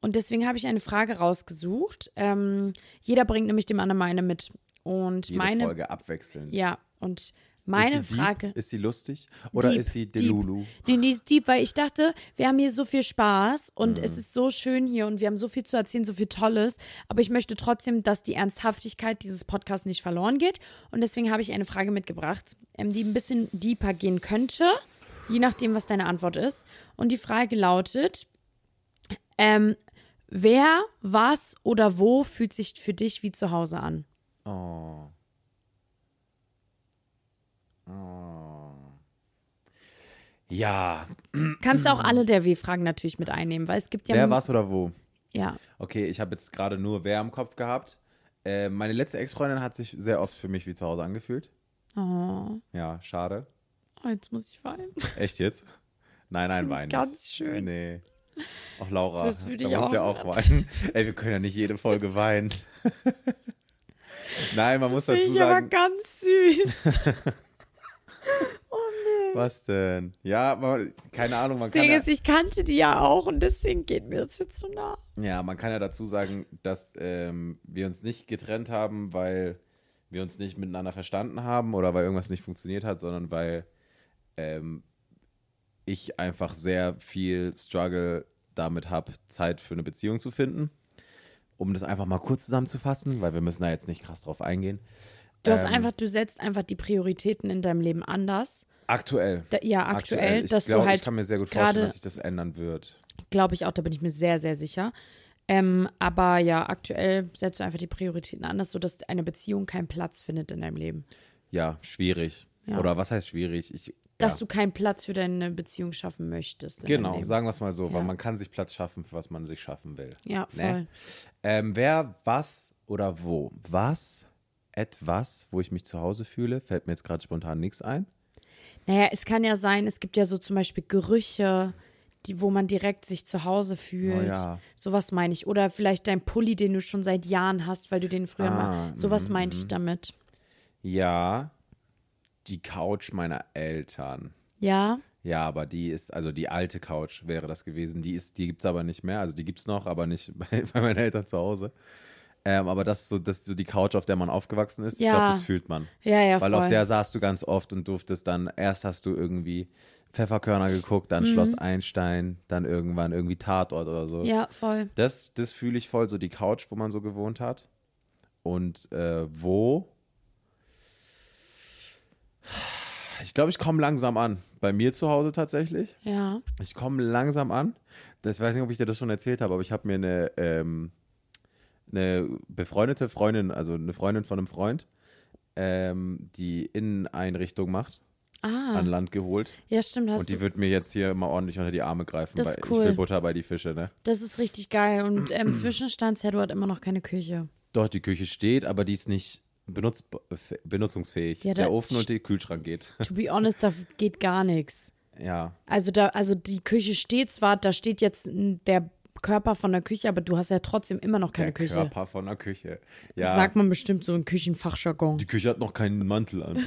Und deswegen habe ich eine Frage rausgesucht. Ähm, jeder bringt nämlich dem anderen meine mit. Und
Jede
meine.
Folge abwechselnd.
Ja, und meine
ist sie
Frage.
Deep? Ist sie lustig? Oder
Deep,
ist sie
deep.
Delulu?
Nee, nee, ist deep, weil ich dachte, wir haben hier so viel Spaß
Mhm.
und es ist so schön hier und wir haben so viel zu erzählen, so viel Tolles. Aber ich möchte trotzdem, dass die Ernsthaftigkeit dieses Podcasts nicht verloren geht. Und deswegen habe ich eine Frage mitgebracht, ähm, die ein bisschen deeper gehen könnte, je nachdem, was deine Antwort ist. Und die Frage lautet: ähm, Wer, was oder wo fühlt sich für dich wie zu Hause an?
Oh. Oh. Ja.
Kannst du auch alle der W-Fragen natürlich mit einnehmen, weil es gibt ja.
Wer, was oder wo?
Ja.
Okay, ich habe jetzt gerade nur wer im Kopf gehabt. Äh, meine letzte Ex-Freundin hat sich sehr oft für mich wie zu Hause angefühlt.
Oh,
Ja, schade.
oh, jetzt muss ich weinen.
Echt jetzt? Nein, nein, weinen.
ganz schön.
Nee. Auch Laura,
Das würde
da
ich
muss
auch
ja auch
machen.
weinen. Ey, wir können ja nicht jede Folge weinen. nein, man muss dazu
Finde ich aber
sagen,
ganz süß.
was denn? Ja, man, keine Ahnung, man
Das
kann
Ding
ja,
ist, ich kannte die ja auch und deswegen geht mir das jetzt so nah.
ja, man kann ja dazu sagen, dass ähm, wir uns nicht getrennt haben, weil wir uns nicht miteinander verstanden haben oder weil irgendwas nicht funktioniert hat, sondern weil ähm, ich einfach sehr viel Struggle damit habe, Zeit für eine Beziehung zu finden. Um das einfach mal kurz zusammenzufassen, weil wir müssen da jetzt nicht krass drauf eingehen.
Du hast
Ähm,
einfach, du setzt einfach die Prioritäten in deinem Leben anders.
Aktuell.
Da, ja, aktuell,
Ich
dass
glaub,
du
Ich
halt,
kann mir sehr gut
gerade-
vorstellen, dass sich das ändern wird.
glaube ich auch, da bin ich mir sehr, sehr sicher. Ähm, aber ja, aktuell setzt du einfach die Prioritäten anders, sodass eine Beziehung keinen Platz findet in deinem Leben.
Ja, schwierig.
Ja.
Oder was heißt schwierig? Ich,
Dass
ja.
du keinen Platz für deine Beziehung schaffen möchtest. In
Genau,
deinem Leben.
sagen wir es mal so, weil
Ja.
man kann sich Platz schaffen, für was man sich schaffen will.
Ja, voll.
Ne? Ähm, wer, was oder wo? Was, etwas, wo ich mich zu Hause fühle, fällt mir jetzt gerade spontan nichts ein.
Naja, es kann ja sein, es gibt ja so zum Beispiel Gerüche, die, wo man direkt sich zu Hause fühlt.
Oh ja.
Sowas meine ich. Oder vielleicht dein Pulli, den du schon seit Jahren hast, weil du den
Ah,
früher mal. Sowas meinte ich damit.
Ja, die Couch meiner Eltern.
Ja.
Ja, aber die ist, also die alte Couch wäre das gewesen. Die ist, die gibt's aber nicht mehr. Also die gibt's noch, aber nicht bei, bei meinen Eltern zu Hause. Ähm, aber das ist so, das ist so die Couch, auf der man aufgewachsen ist. Ich
Ja.
glaube, das fühlt man.
Ja, ja,
Weil
voll.
auf der saßt du ganz oft und durftest dann, erst hast du irgendwie Pfefferkörner geguckt,
Mhm.
dann Schloss Einstein, dann irgendwann irgendwie Tatort oder so.
ja, voll.
Das, das fühle ich voll, so die Couch, wo man so gewohnt hat. Und äh, wo? Ich glaube, ich komme langsam an. Bei mir zu Hause tatsächlich.
Ja.
Ich komme langsam an. Das weiß nicht, ob ich dir das schon erzählt habe, aber ich habe mir eine, ähm, eine befreundete Freundin, also eine Freundin von einem Freund, ähm, die Inneneinrichtung macht,
Ah.
an Land geholt.
Ja, stimmt. Hast
und die
du,
wird mir jetzt hier immer ordentlich unter die Arme greifen,
Das
weil
ist
ich will
cool.
Butter bei die Fische, ne?
das ist richtig geil. Und ähm, Zwischenstand, Sedo hat immer noch keine Küche.
Doch, die Küche steht, aber die ist nicht benutz f- benutzungsfähig.
Ja,
der
da-
Ofen und der Kühlschrank geht.
To be honest, da geht gar nichts.
Ja.
Also da, also die Küche steht zwar, da steht jetzt n, der Körper von der Küche, aber du hast ja trotzdem immer noch keine
der
Küche.
Körper von der Küche. Ja.
Das sagt man bestimmt so in Küchenfachjargon.
die Küche hat noch keinen Mantel an.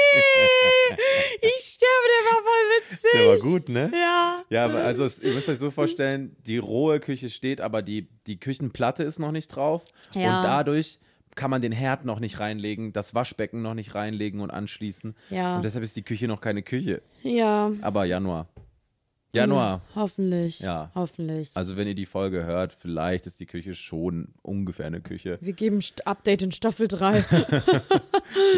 Ich sterbe, der war voll witzig.
Der war gut, ne?
Ja.
Ja, aber also es, ihr müsst euch so vorstellen, die rohe Küche steht, aber die, die Küchenplatte ist noch nicht drauf.
Ja.
Und dadurch kann man den Herd noch nicht reinlegen, das Waschbecken noch nicht reinlegen und anschließen.
Ja.
Und deshalb ist die Küche noch keine Küche.
Ja.
Aber Januar. Januar.
Hoffentlich.
Ja.
Hoffentlich.
Also wenn ihr die Folge hört, vielleicht ist die Küche schon ungefähr eine Küche.
Wir geben St- Update in Staffel 3.
Wir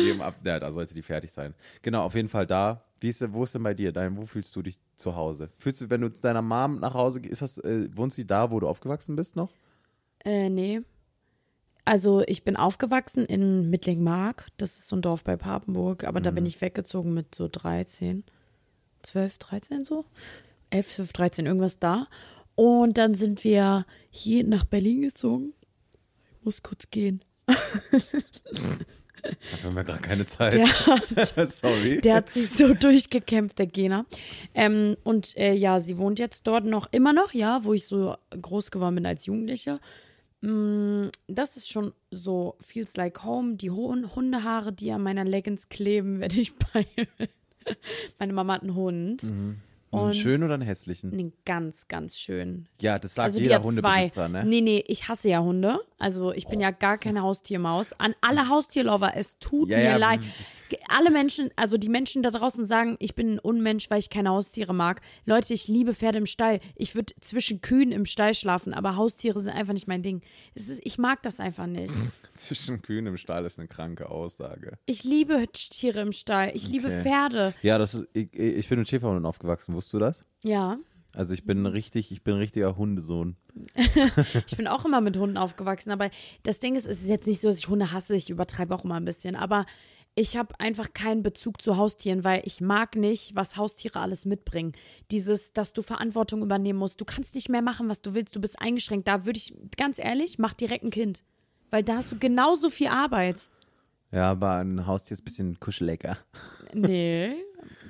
geben ab, ja, da sollte die fertig sein. Genau, auf jeden Fall da. Wie ist, denn- wo ist denn bei dir? Dein, wo fühlst du dich zu Hause? Fühlst du, wenn du zu deiner Mom nach Hause gehst, ist das, äh, wohnst du da, wo du aufgewachsen bist noch?
äh, nee. Also ich bin aufgewachsen in Mittlingmark. Das ist so ein Dorf bei Papenburg. Aber da
Mhm.
bin ich weggezogen mit so 13. 12, 13 so. 11, 12, 13, irgendwas da. Und dann sind wir hier nach Berlin gezogen. Ich muss kurz gehen.
Dafür haben wir gerade keine Zeit.
Der
Sorry.
Der hat sich so durchgekämpft, der Gena. Ähm, und äh, ja, sie wohnt jetzt dort noch, immer noch, ja, wo ich so groß geworden bin als Jugendliche. Mm, das ist schon so feels like home. Die hohen Hundehaare, die an meiner Leggings kleben, wenn ich bei. Meine Mama hat einen Hund.
einen
und-
schönen oder einen hässlichen?
Nee, ganz, ganz schön.
Ja, das sagt
Also die
jeder
hat zwei.
Hundebesitzer, ne? Oh.
Nee, nee, ich hasse ja Hunde. Also ich bin ja gar keine Haustiermaus. An alle Haustierlover, es tut
Ja,
mir
ja.
leid. Ge- Alle Menschen, also die Menschen da draußen sagen, ich bin ein Unmensch, weil ich keine Haustiere mag. Leute, ich liebe Pferde im Stall. Ich würde zwischen Kühen im Stall schlafen, aber Haustiere sind einfach nicht mein Ding. Es ist, ich mag das einfach nicht.
Zwischen Kühen im Stall ist eine kranke Aussage.
Ich liebe Tiere im Stall. Ich liebe
Okay.
Pferde.
Ja, das ist, ich, ich bin mit Schäferhunden aufgewachsen, wusstest du das?
Ja.
Also ich
Mhm.
bin richtig, ich bin ein richtiger Hundesohn.
Ich bin auch immer mit Hunden aufgewachsen, aber das Ding ist, es ist jetzt nicht so, dass ich Hunde hasse, ich übertreibe auch immer ein bisschen, aber ich habe einfach keinen Bezug zu Haustieren, weil ich mag nicht, was Haustiere alles mitbringen. Dieses, dass du Verantwortung übernehmen musst, du kannst nicht mehr machen, was du willst, du bist eingeschränkt. Da würde ich, ganz ehrlich, mach direkt ein Kind, weil da hast du genauso viel Arbeit.
Ja, aber ein Haustier ist ein bisschen kuscheliger.
Nee,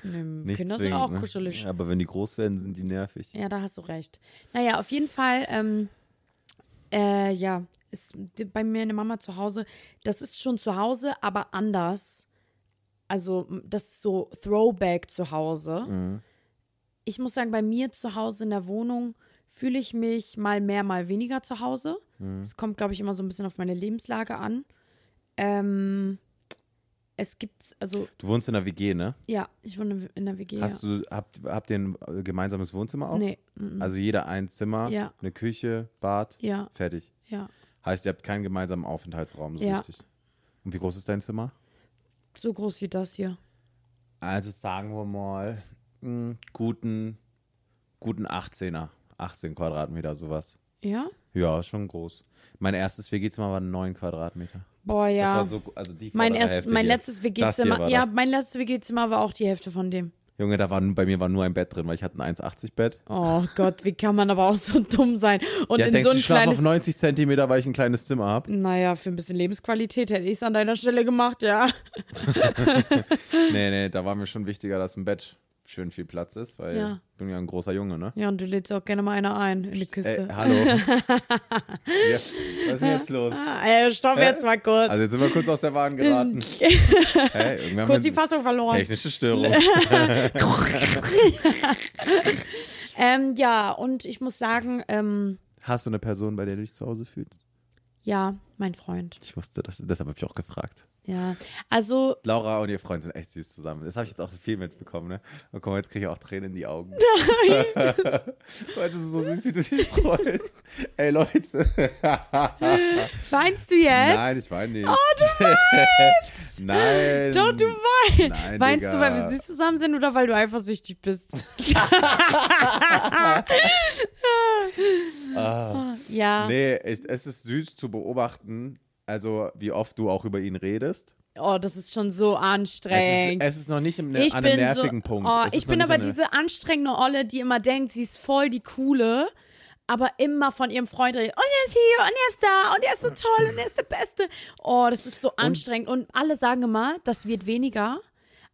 nee
Nicht
Kinder sind
zwingend,
auch
ne?
kuschelig.
Aber wenn die groß werden, sind die nervig.
Ja, da hast du recht. Naja, auf jeden Fall, ähm, äh, ja, ist d- bei mir eine Mama zu Hause. Das ist schon zu Hause, aber anders. Also, m- das ist so Throwback zu Hause.
Mhm.
Ich muss sagen, bei mir zu Hause in der Wohnung fühle ich mich mal mehr, mal weniger zu Hause.
Mhm.
Es kommt, glaube ich, immer so ein bisschen auf meine Lebenslage an. Ähm, es gibt, also,
Du wohnst in einer WG, ne?
ja, ich wohne in der WG.
Hast
ja.
du, habt, habt ihr ein äh, gemeinsames Wohnzimmer auch?
Nee, mm,
Also jeder ein Zimmer,
Ja.
eine Küche, Bad,
ja,
fertig.
ja.
Heißt, ihr habt keinen gemeinsamen Aufenthaltsraum, so
Ja.
richtig. Und wie groß ist dein Zimmer?
So groß wie das hier.
Also sagen wir mal, einen guten, guten 18er, 18 Quadratmeter, sowas.
Ja?
Ja, ist schon groß. Mein erstes WG-Zimmer war 9 Quadratmeter.
Boah, ja.
Das war so, also die
mein
vordere
erst,
Hälfte
mein
hier.
letztes
Das hier
WG-Zimmer.
war
Ja,
das.
mein letztes WG-Zimmer war auch die Hälfte von dem.
Junge, da war, bei mir war nur ein Bett drin, weil ich hatte ein 1,80-Bett.
Oh Gott, wie kann man aber auch so dumm sein? Und
Ja,
in
denkst
so
du,
ein
ich schlafe auf
kleines.
90 Zentimeter, weil ich ein kleines Zimmer habe?
Naja, für ein bisschen Lebensqualität hätte ich es an deiner Stelle gemacht, ja.
Nee, nee, da war mir schon wichtiger, dass ein Bett schön viel Platz ist, weil
Ja.
ich bin ja ein großer Junge, ne?
Ja, und du lädst auch gerne mal einer ein in die
Ey,
Kiste.
Äh, hallo. ja, was ist denn jetzt los?
Ah, ey, stopp
Hä?
jetzt mal kurz.
Also jetzt sind wir kurz aus der Bahn geraten. hey, irgendwann
kurz die
mal-
Fassung verloren.
Technische Störung.
Ähm, ja, und ich muss sagen, ähm,
Hast du eine Person, bei der du dich zu Hause fühlst?
ja, mein Freund.
Ich wusste das, deshalb habe ich auch gefragt.
Ja, also
Laura und ihr Freund sind echt süß zusammen. Das habe ich jetzt auch viel mitbekommen, ne? Und guck mal, jetzt kriege ich auch Tränen in die Augen. Nein! Leute, das ist so süß, wie du dich freust. Ey, Leute.
weinst du jetzt?
Nein, ich weine nicht. Oh, du weinst! Nein.
Doch, du weinst.
Nein,
weinst
Äh, Digga.
du, weil wir süß zusammen sind oder weil du eifersüchtig bist?
Ah.
Ja.
Nee, es, es ist süß zu beobachten, also wie oft du auch über ihn redest.
Oh, das ist schon so
Es
anstrengend.
ist, es ist noch nicht im, ne,
ich
an
bin
einem nervigen
so,
Punkt.
Oh,
Es ist
ich
noch
bin
nicht
aber
an einem-
diese anstrengende Olle, die immer denkt, sie ist voll die coole, aber immer von ihrem Freund redet. Und er ist hier, und er ist da, und er ist so toll, und er ist der Beste. Oh, das ist so anstrengend. Und alle sagen immer, das wird weniger.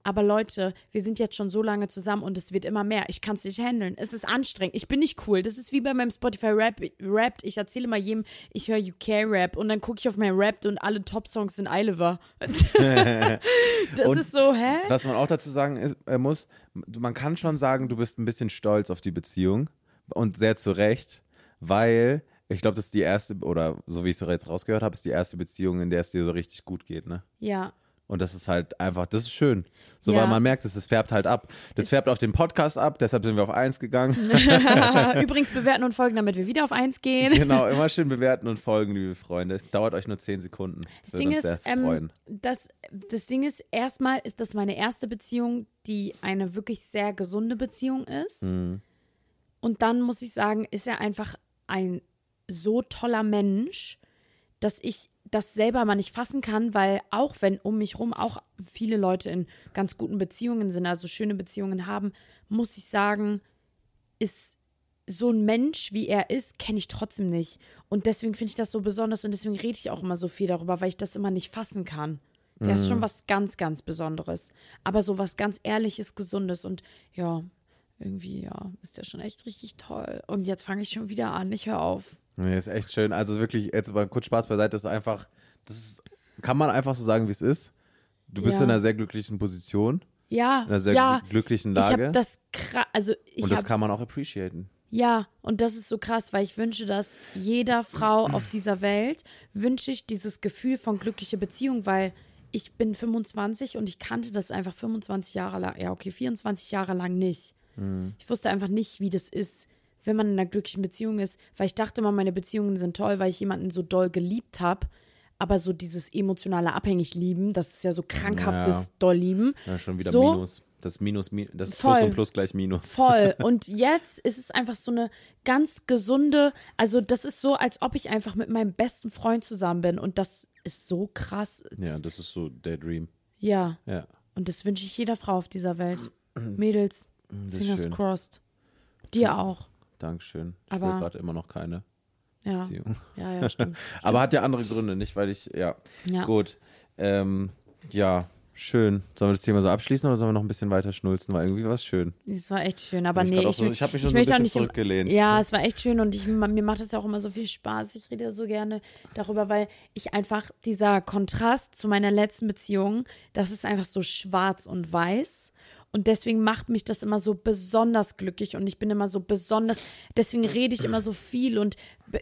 Aber Leute, wir sind jetzt schon so lange zusammen und es wird immer mehr. Ich kann es nicht handeln. Es ist anstrengend. Ich bin nicht cool. Das ist wie bei meinem Spotify Rap. Rapped. Ich erzähle mal jedem, ich höre UK Rap und dann gucke ich auf mein Rap und alle Top Songs sind Eiliver. das
Und
ist so, hä?
Was man auch dazu sagen ist, äh, muss, du- man kann schon sagen, du bist ein bisschen stolz auf die Beziehung und sehr zu Recht, weil ich glaube, das ist die erste, oder so wie ich es jetzt rausgehört habe, ist die erste Beziehung, in der es dir so richtig gut geht, ne?
Ja.
Und das ist halt einfach, das ist schön. So,
Ja.
weil man merkt, es das färbt halt ab. Das färbt auf den Podcast ab, deshalb sind wir auf eins gegangen.
Übrigens bewerten und folgen, damit wir wieder auf eins gehen.
genau, immer schön bewerten und folgen, liebe Freunde. Es dauert euch nur zehn Sekunden. Das,
Das
würde
Ding,
uns
ist,
sehr
ähm,
freuen.
das, das Ding ist, erstmal ist das meine erste Beziehung, die eine wirklich sehr gesunde Beziehung ist.
Hm. Mhm.
Und dann muss ich sagen, ist er einfach ein so toller Mensch, dass ich das selber mal nicht fassen kann, weil auch wenn um mich rum auch viele Leute in ganz guten Beziehungen sind, also schöne Beziehungen haben, muss ich sagen, ist so ein Mensch, wie er ist, kenne ich trotzdem nicht. Und deswegen finde ich das so besonders und deswegen rede ich auch immer so viel darüber, weil ich das immer nicht fassen kann. Der ist schon was ganz, ganz Besonderes. Aber so was ganz Ehrliches, Gesundes und ja, irgendwie, ja, ist der schon echt richtig toll. Und jetzt fange ich schon wieder an, ich höre auf.
Nee, ist echt schön. Also wirklich, jetzt aber kurz Spaß beiseite, das ist einfach, das ist, kann man einfach so sagen, wie es ist. Du bist
Ja.
in einer sehr glücklichen Position,
Ja,
in einer sehr
ja,
gl- glücklichen
ich habe
Lage.
das krass, also ich
und das
habe,
kann man auch appreciaten.
ja, und das ist so krass, weil ich wünsche das jeder Frau auf dieser Welt, wünsche ich dieses Gefühl von glücklicher Beziehung, weil ich bin 25 und ich kannte das einfach 25 Jahre lang, ja okay, 24 Jahre lang nicht.
Mhm.
Ich wusste einfach nicht, wie das ist, wenn man in einer glücklichen Beziehung ist, weil ich dachte immer, meine Beziehungen sind toll, weil ich jemanden so doll geliebt habe. Aber so dieses emotionale Abhängig-Lieben, das ist ja so krankhaftes
Ja.
Doll-Lieben.
Ja, schon wieder
So?
Minus. Das Minus, Min- das
Voll.
Plus und Plus gleich Minus.
Voll. Und jetzt ist es einfach so eine ganz gesunde, also das ist so, als ob ich einfach mit meinem besten Freund zusammen bin. Und das ist so krass.
Ja, das ist so der Dream.
Ja.
Ja.
Und das wünsche ich jeder Frau auf dieser Welt. Mädels,
ist
fingers
schön.
crossed. Dir auch.
Dankeschön. Ich
Aber-
will gerade immer noch keine
Ja.
Beziehung.
Ja, ja, stimmt.
Aber hat ja andere Gründe, nicht? Weil ich, ja.
Ja.
Gut. Ähm, ja, schön. Sollen wir das Thema so abschließen oder sollen wir noch ein bisschen weiter schnulzen? Weil irgendwie war es schön.
Das war echt schön, aber
Ich
nee,
grad auch
ich,
so-
will-
ich hab mich schon so ein
möchte auch
bisschen
nicht im-
zurückgelehnt.
Ja, es war echt schön und ich, mir macht das ja auch immer so viel Spaß. Ich rede so gerne darüber, weil ich einfach dieser Kontrast zu meiner letzten Beziehung, das ist einfach so schwarz und weiß. Und deswegen macht mich das immer so besonders glücklich und ich bin immer so besonders, deswegen rede ich immer so viel und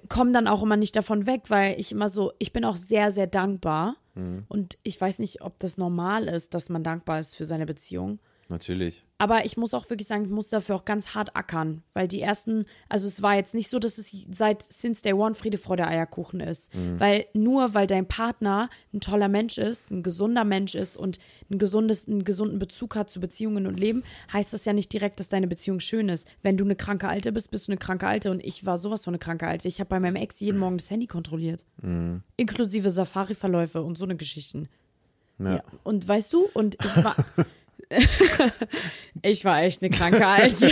komme dann auch immer nicht davon weg, weil ich immer so, ich bin auch sehr, sehr dankbar.
Mhm.
Und ich weiß nicht, ob das normal ist, dass man dankbar ist für seine Beziehung.
Natürlich.
Aber ich muss auch wirklich sagen, ich muss dafür auch ganz hart ackern, weil die ersten, also es war jetzt nicht so, dass es seit Since Day One Friede, Freude, Eierkuchen ist. Weil nur weil dein Partner ein toller Mensch ist, ein gesunder Mensch ist und ein gesundes, einen gesunden Bezug hat zu Beziehungen und Leben, heißt das ja nicht direkt, dass deine Beziehung schön ist. Wenn du eine kranke Alte bist, bist du eine kranke Alte und ich war sowas von eine kranke Alte. Ich habe bei meinem Ex jeden Morgen das Handy kontrolliert. Inklusive Safari-Verläufe und so eine Geschichten. Ja. Und weißt du, und ich war. ich war echt eine kranke Alte.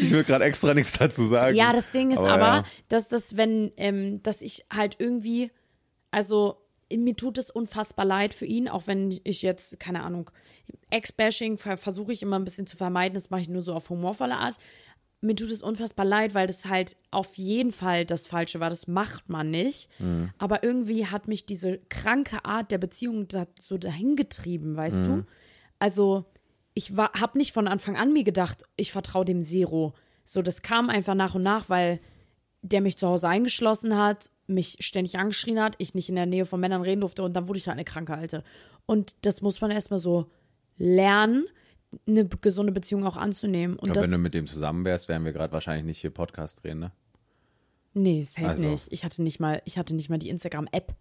Ich will gerade extra nichts dazu sagen.
ja, das Ding ist aber,
Aber ja.
dass das, wenn, ähm, dass ich halt irgendwie, also mir tut es unfassbar leid für ihn, auch wenn ich jetzt, keine Ahnung, Ex-Bashing ver versuche ich immer ein bisschen zu vermeiden. Das mache ich nur so auf humorvolle Art. Mir tut es unfassbar leid, weil das halt auf jeden Fall das Falsche war. Das macht man nicht.
Mhm.
Aber irgendwie hat mich diese kranke Art der Beziehung da so dahingetrieben, weißt
Mhm.
du? Also, ich habe nicht von Anfang an mir gedacht, ich vertraue dem Zero. So, das kam einfach nach und nach, weil der mich zu Hause eingeschlossen hat, mich ständig angeschrien hat, ich nicht in der Nähe von Männern reden durfte und dann wurde ich halt eine kranke Alte. Und das muss man erstmal so lernen, eine gesunde Beziehung auch anzunehmen. Und
Aber
das,
wenn du mit dem zusammen wärst, wären wir gerade wahrscheinlich nicht hier Podcast drehen, ne?
nee, safe
Also.
nicht. Ich hatte nicht mal, ich hatte nicht mal die Instagram-App.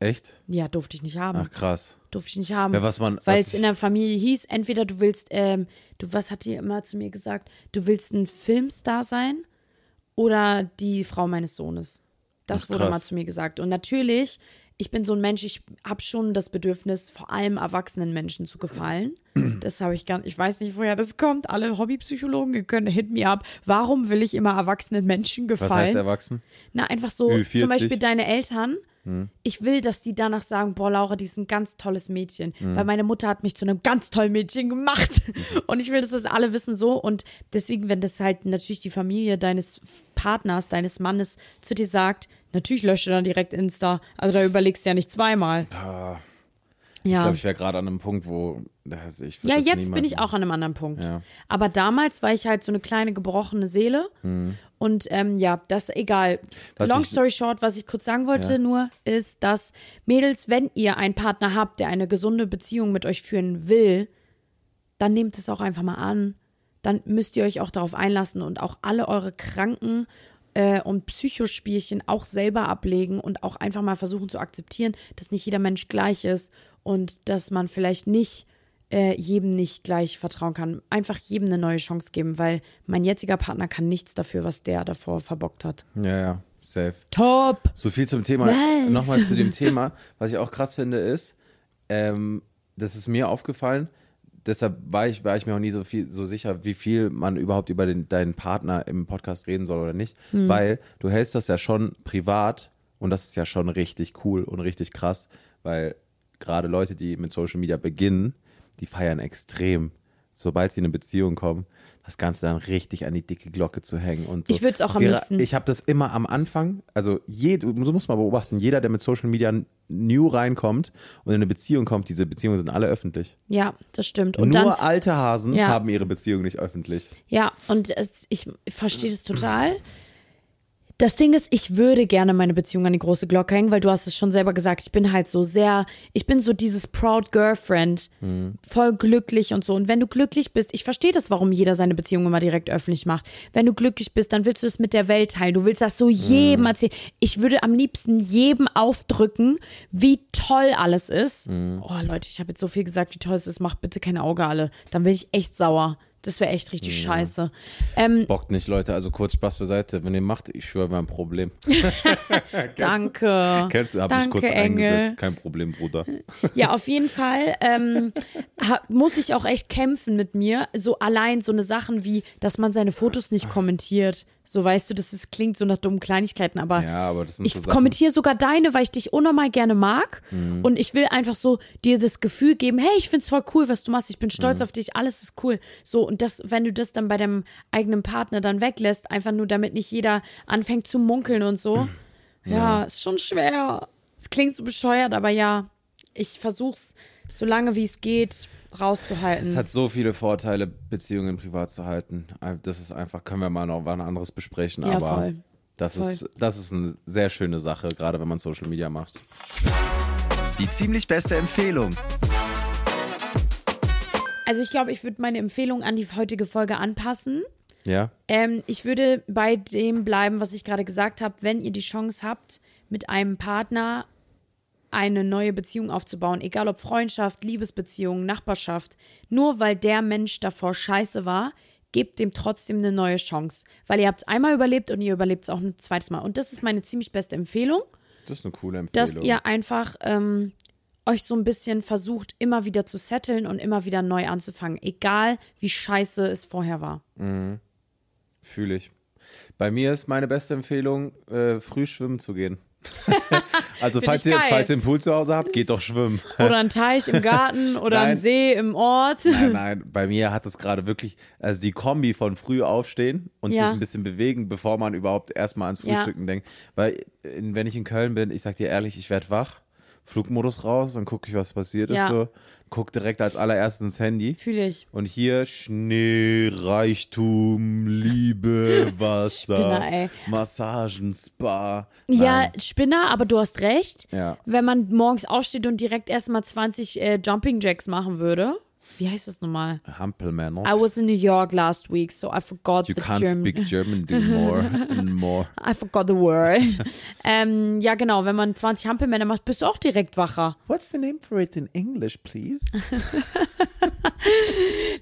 Echt?
Ja, durfte ich nicht haben.
Ach krass.
Durfte ich nicht haben.
Ja, was man-
Weil
was
es
ich-
in der Familie hieß, entweder du willst, ähm, du, was hat die immer zu mir gesagt? Du willst ein Filmstar sein oder die Frau meines Sohnes. Das
Ach,
wurde
krass.
mal zu mir gesagt. Und natürlich, ich bin so ein Mensch, ich habe schon das Bedürfnis, vor allem erwachsenen Menschen zu gefallen. Das habe ich gar ich weiß nicht, woher das kommt. Alle Hobbypsychologen ihr könnt hit me up. Warum will ich immer erwachsenen Menschen gefallen?
Was heißt erwachsen?
Na, einfach so,
Ü40.
zum Beispiel deine Eltern.
Hm.
Ich will, dass die danach sagen, boah, Laura, die ist ein ganz tolles Mädchen.
Hm.
Weil meine Mutter hat mich zu einem ganz tollen Mädchen gemacht. Und ich will, dass das alle wissen so. Und deswegen, wenn das halt natürlich die Familie deines Partners, deines Mannes zu dir sagt, natürlich lösche dann direkt Insta. Also da überlegst du ja nicht zweimal.
Ah, Ich
Ja.
glaube, ich wäre gerade an einem Punkt, wo. das- Ich würd
Ja,
das
jetzt bin
niemals-
ich auch an einem anderen Punkt.
Ja.
Aber damals war ich halt so eine kleine gebrochene Seele. Und ähm, ja, das egal.
Hm. Was
Long
ich-
story short, was ich kurz sagen wollte,
Ja.
nur ist, dass Mädels, wenn ihr einen Partner habt, der eine gesunde Beziehung mit euch führen will, dann nehmt es auch einfach mal an. Dann müsst ihr euch auch darauf einlassen und auch alle eure Kranken äh, und Psychospielchen auch selber ablegen und auch einfach mal versuchen zu akzeptieren, dass nicht jeder Mensch gleich ist und dass man vielleicht nicht äh, jedem nicht gleich vertrauen kann. Einfach jedem eine neue Chance geben, weil mein jetziger Partner kann nichts dafür, was der davor verbockt hat.
Ja, ja, safe.
Top!
So viel zum Thema.
Nice.
Nochmal zu dem Thema. Was ich auch krass finde, ist, ähm, das ist mir aufgefallen. Deshalb war ich, war ich mir auch nie so viel so sicher, wie viel man überhaupt über den, deinen Partner im Podcast reden soll oder nicht.
Hm.
Weil du hältst das ja schon privat und das ist ja schon richtig cool und richtig krass, weil gerade Leute, die mit Social Media beginnen, die feiern extrem, sobald sie in eine Beziehung kommen, das Ganze dann richtig an die dicke Glocke zu hängen. Und so.
Ich würd's auch am
Vera,
liebsten.
Ich ich habe das immer am Anfang, also jed, so muss man beobachten, jeder, der mit Social Media new reinkommt und in eine Beziehung kommt, diese Beziehungen sind alle öffentlich.
Ja, das stimmt. Und dann,
Nur alte Hasen
Ja.
haben ihre Beziehung nicht öffentlich.
ja, und es, ich verstehe das total. Das Ding ist, ich würde gerne meine Beziehung an die große Glocke hängen, weil du hast es schon selber gesagt, ich bin halt so sehr, ich bin so dieses proud girlfriend, voll glücklich und so. Und wenn du glücklich bist, ich verstehe das, warum jeder seine Beziehung immer direkt öffentlich macht. Wenn du glücklich bist, dann willst du es mit der Welt teilen. Du willst das so jedem erzählen. Ich würde am liebsten jedem aufdrücken, wie toll alles ist. Oh Leute, ich habe jetzt so viel gesagt, wie toll es ist. Macht bitte kein Auge alle. Dann bin ich echt sauer. Das wäre echt richtig scheiße. Ähm,
Bockt nicht, Leute, also kurz Spaß beiseite. Wenn ihr macht, ich schwöre, wir haben ein Problem.
danke.
Kennst du, hab mich
Danke,
kurz
Engel.
eingesetzt. Kein Problem, Bruder.
Ja, auf jeden Fall ähm, ha, muss ich auch echt kämpfen mit mir. So allein so eine Sachen wie, dass man seine Fotos nicht kommentiert. So weißt du, das ist, klingt so nach dummen Kleinigkeiten, aber
Ja, aber das sind so
ich
Sachen. Mhm.
kommentiere sogar deine, weil ich dich unnormal gerne mag. Und ich will einfach so dir das Gefühl geben, hey, ich find's voll cool, was du machst. Ich bin stolz
Mhm.
auf dich, alles ist cool. So, und das, wenn du das dann bei deinem eigenen Partner dann weglässt, einfach nur damit nicht jeder anfängt zu munkeln und so. Ja, ist schon schwer. Es klingt so bescheuert, aber ja, ich versuch's so lange wie es geht rauszuhalten.
Es hat so viele Vorteile, Beziehungen privat zu halten. Also Das ist einfach, können wir mal noch wann anderes besprechen,
Ja,
aber
voll.
Das, Ist, das ist eine sehr schöne Sache, gerade wenn man Social Media macht.
Die ziemlich beste Empfehlung.
also ich glaube, ich würde meine Empfehlung an die heutige Folge anpassen.
Ja?
Ähm, ich würde bei dem bleiben, was ich gerade gesagt habe. Wenn ihr die Chance habt, mit einem Partner eine neue Beziehung aufzubauen, egal ob Freundschaft, Liebesbeziehung, Nachbarschaft, nur weil der Mensch davor scheiße war, gebt dem trotzdem eine neue Chance. Weil ihr habt es einmal überlebt und ihr überlebt es auch ein zweites Mal. Und das ist meine ziemlich beste Empfehlung,
Das ist eine coole Empfehlung.
dass ihr einfach ähm, euch so ein bisschen versucht, immer wieder zu setteln und immer wieder neu anzufangen, egal wie scheiße es vorher war.
Fühle ich. Bei mir ist meine beste Empfehlung, äh, früh schwimmen zu gehen. Also
Find
falls
ich
ihr,
geil.
falls ihr einen Pool zu Hause habt, geht doch schwimmen.
Oder ein Teich im Garten oder
Nein.
ein See im Ort.
Nein, nein, bei mir hat es gerade wirklich, also die Kombi von früh aufstehen und
Ja.
sich ein bisschen bewegen, bevor man überhaupt erstmal ans
Ja.
Frühstücken denkt. Weil, in, wenn ich in Köln bin, ich sag dir ehrlich, ich werde wach, Flugmodus raus, dann gucke ich, was passiert ist.
Ja.
So, guck direkt als allererstes ins Handy.
Fühle ich.
Und hier Schnee, Reichtum, Liebe, Wasser,
Spinner, ey.
Massagen, Spa.
Ja,
Nein.
Spinner, aber du hast recht.
Ja.
Wenn man morgens aufsteht und direkt erstmal 20 äh, Jumping Jacks machen würde. Wie heißt das nochmal?
Hampelmänner.
I was in New York last week, so I forgot
You
the
can't
German.
speak German anymore. anymore.
I forgot the word. ähm, ja, genau, wenn man 20 Hampelmänner macht, bist du auch direkt wacher.
What's the name for it in English, please?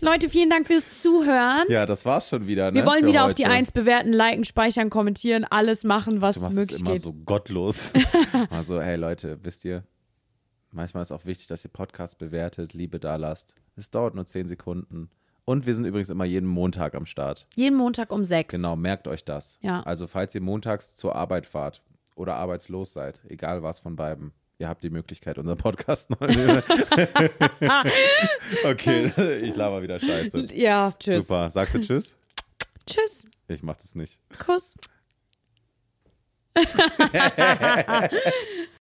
Leute, vielen Dank fürs Zuhören.
Ja, das war's schon wieder.
Wir
ne,
wollen
für
wieder
heute.
auf die Eins bewerten, liken, speichern, kommentieren, alles machen, was
Du machst es
möglich
immer
geht.
so gottlos. also, hey Leute, wisst ihr, manchmal ist auch wichtig, dass ihr Podcasts bewertet, Liebe da lasst. Es dauert nur 10 Sekunden. Und wir sind übrigens immer jeden Montag am Start.
Jeden Montag um sechs.
Genau, merkt euch das.
Ja.
Also, falls ihr montags zur Arbeit fahrt oder arbeitslos seid, egal was von beiden, ihr habt die Möglichkeit, unseren Podcast neu. okay, ich laber wieder Scheiße.
Ja, tschüss.
Super. Sagst du Tschüss?
Tschüss.
Ich mach das nicht.
Kuss.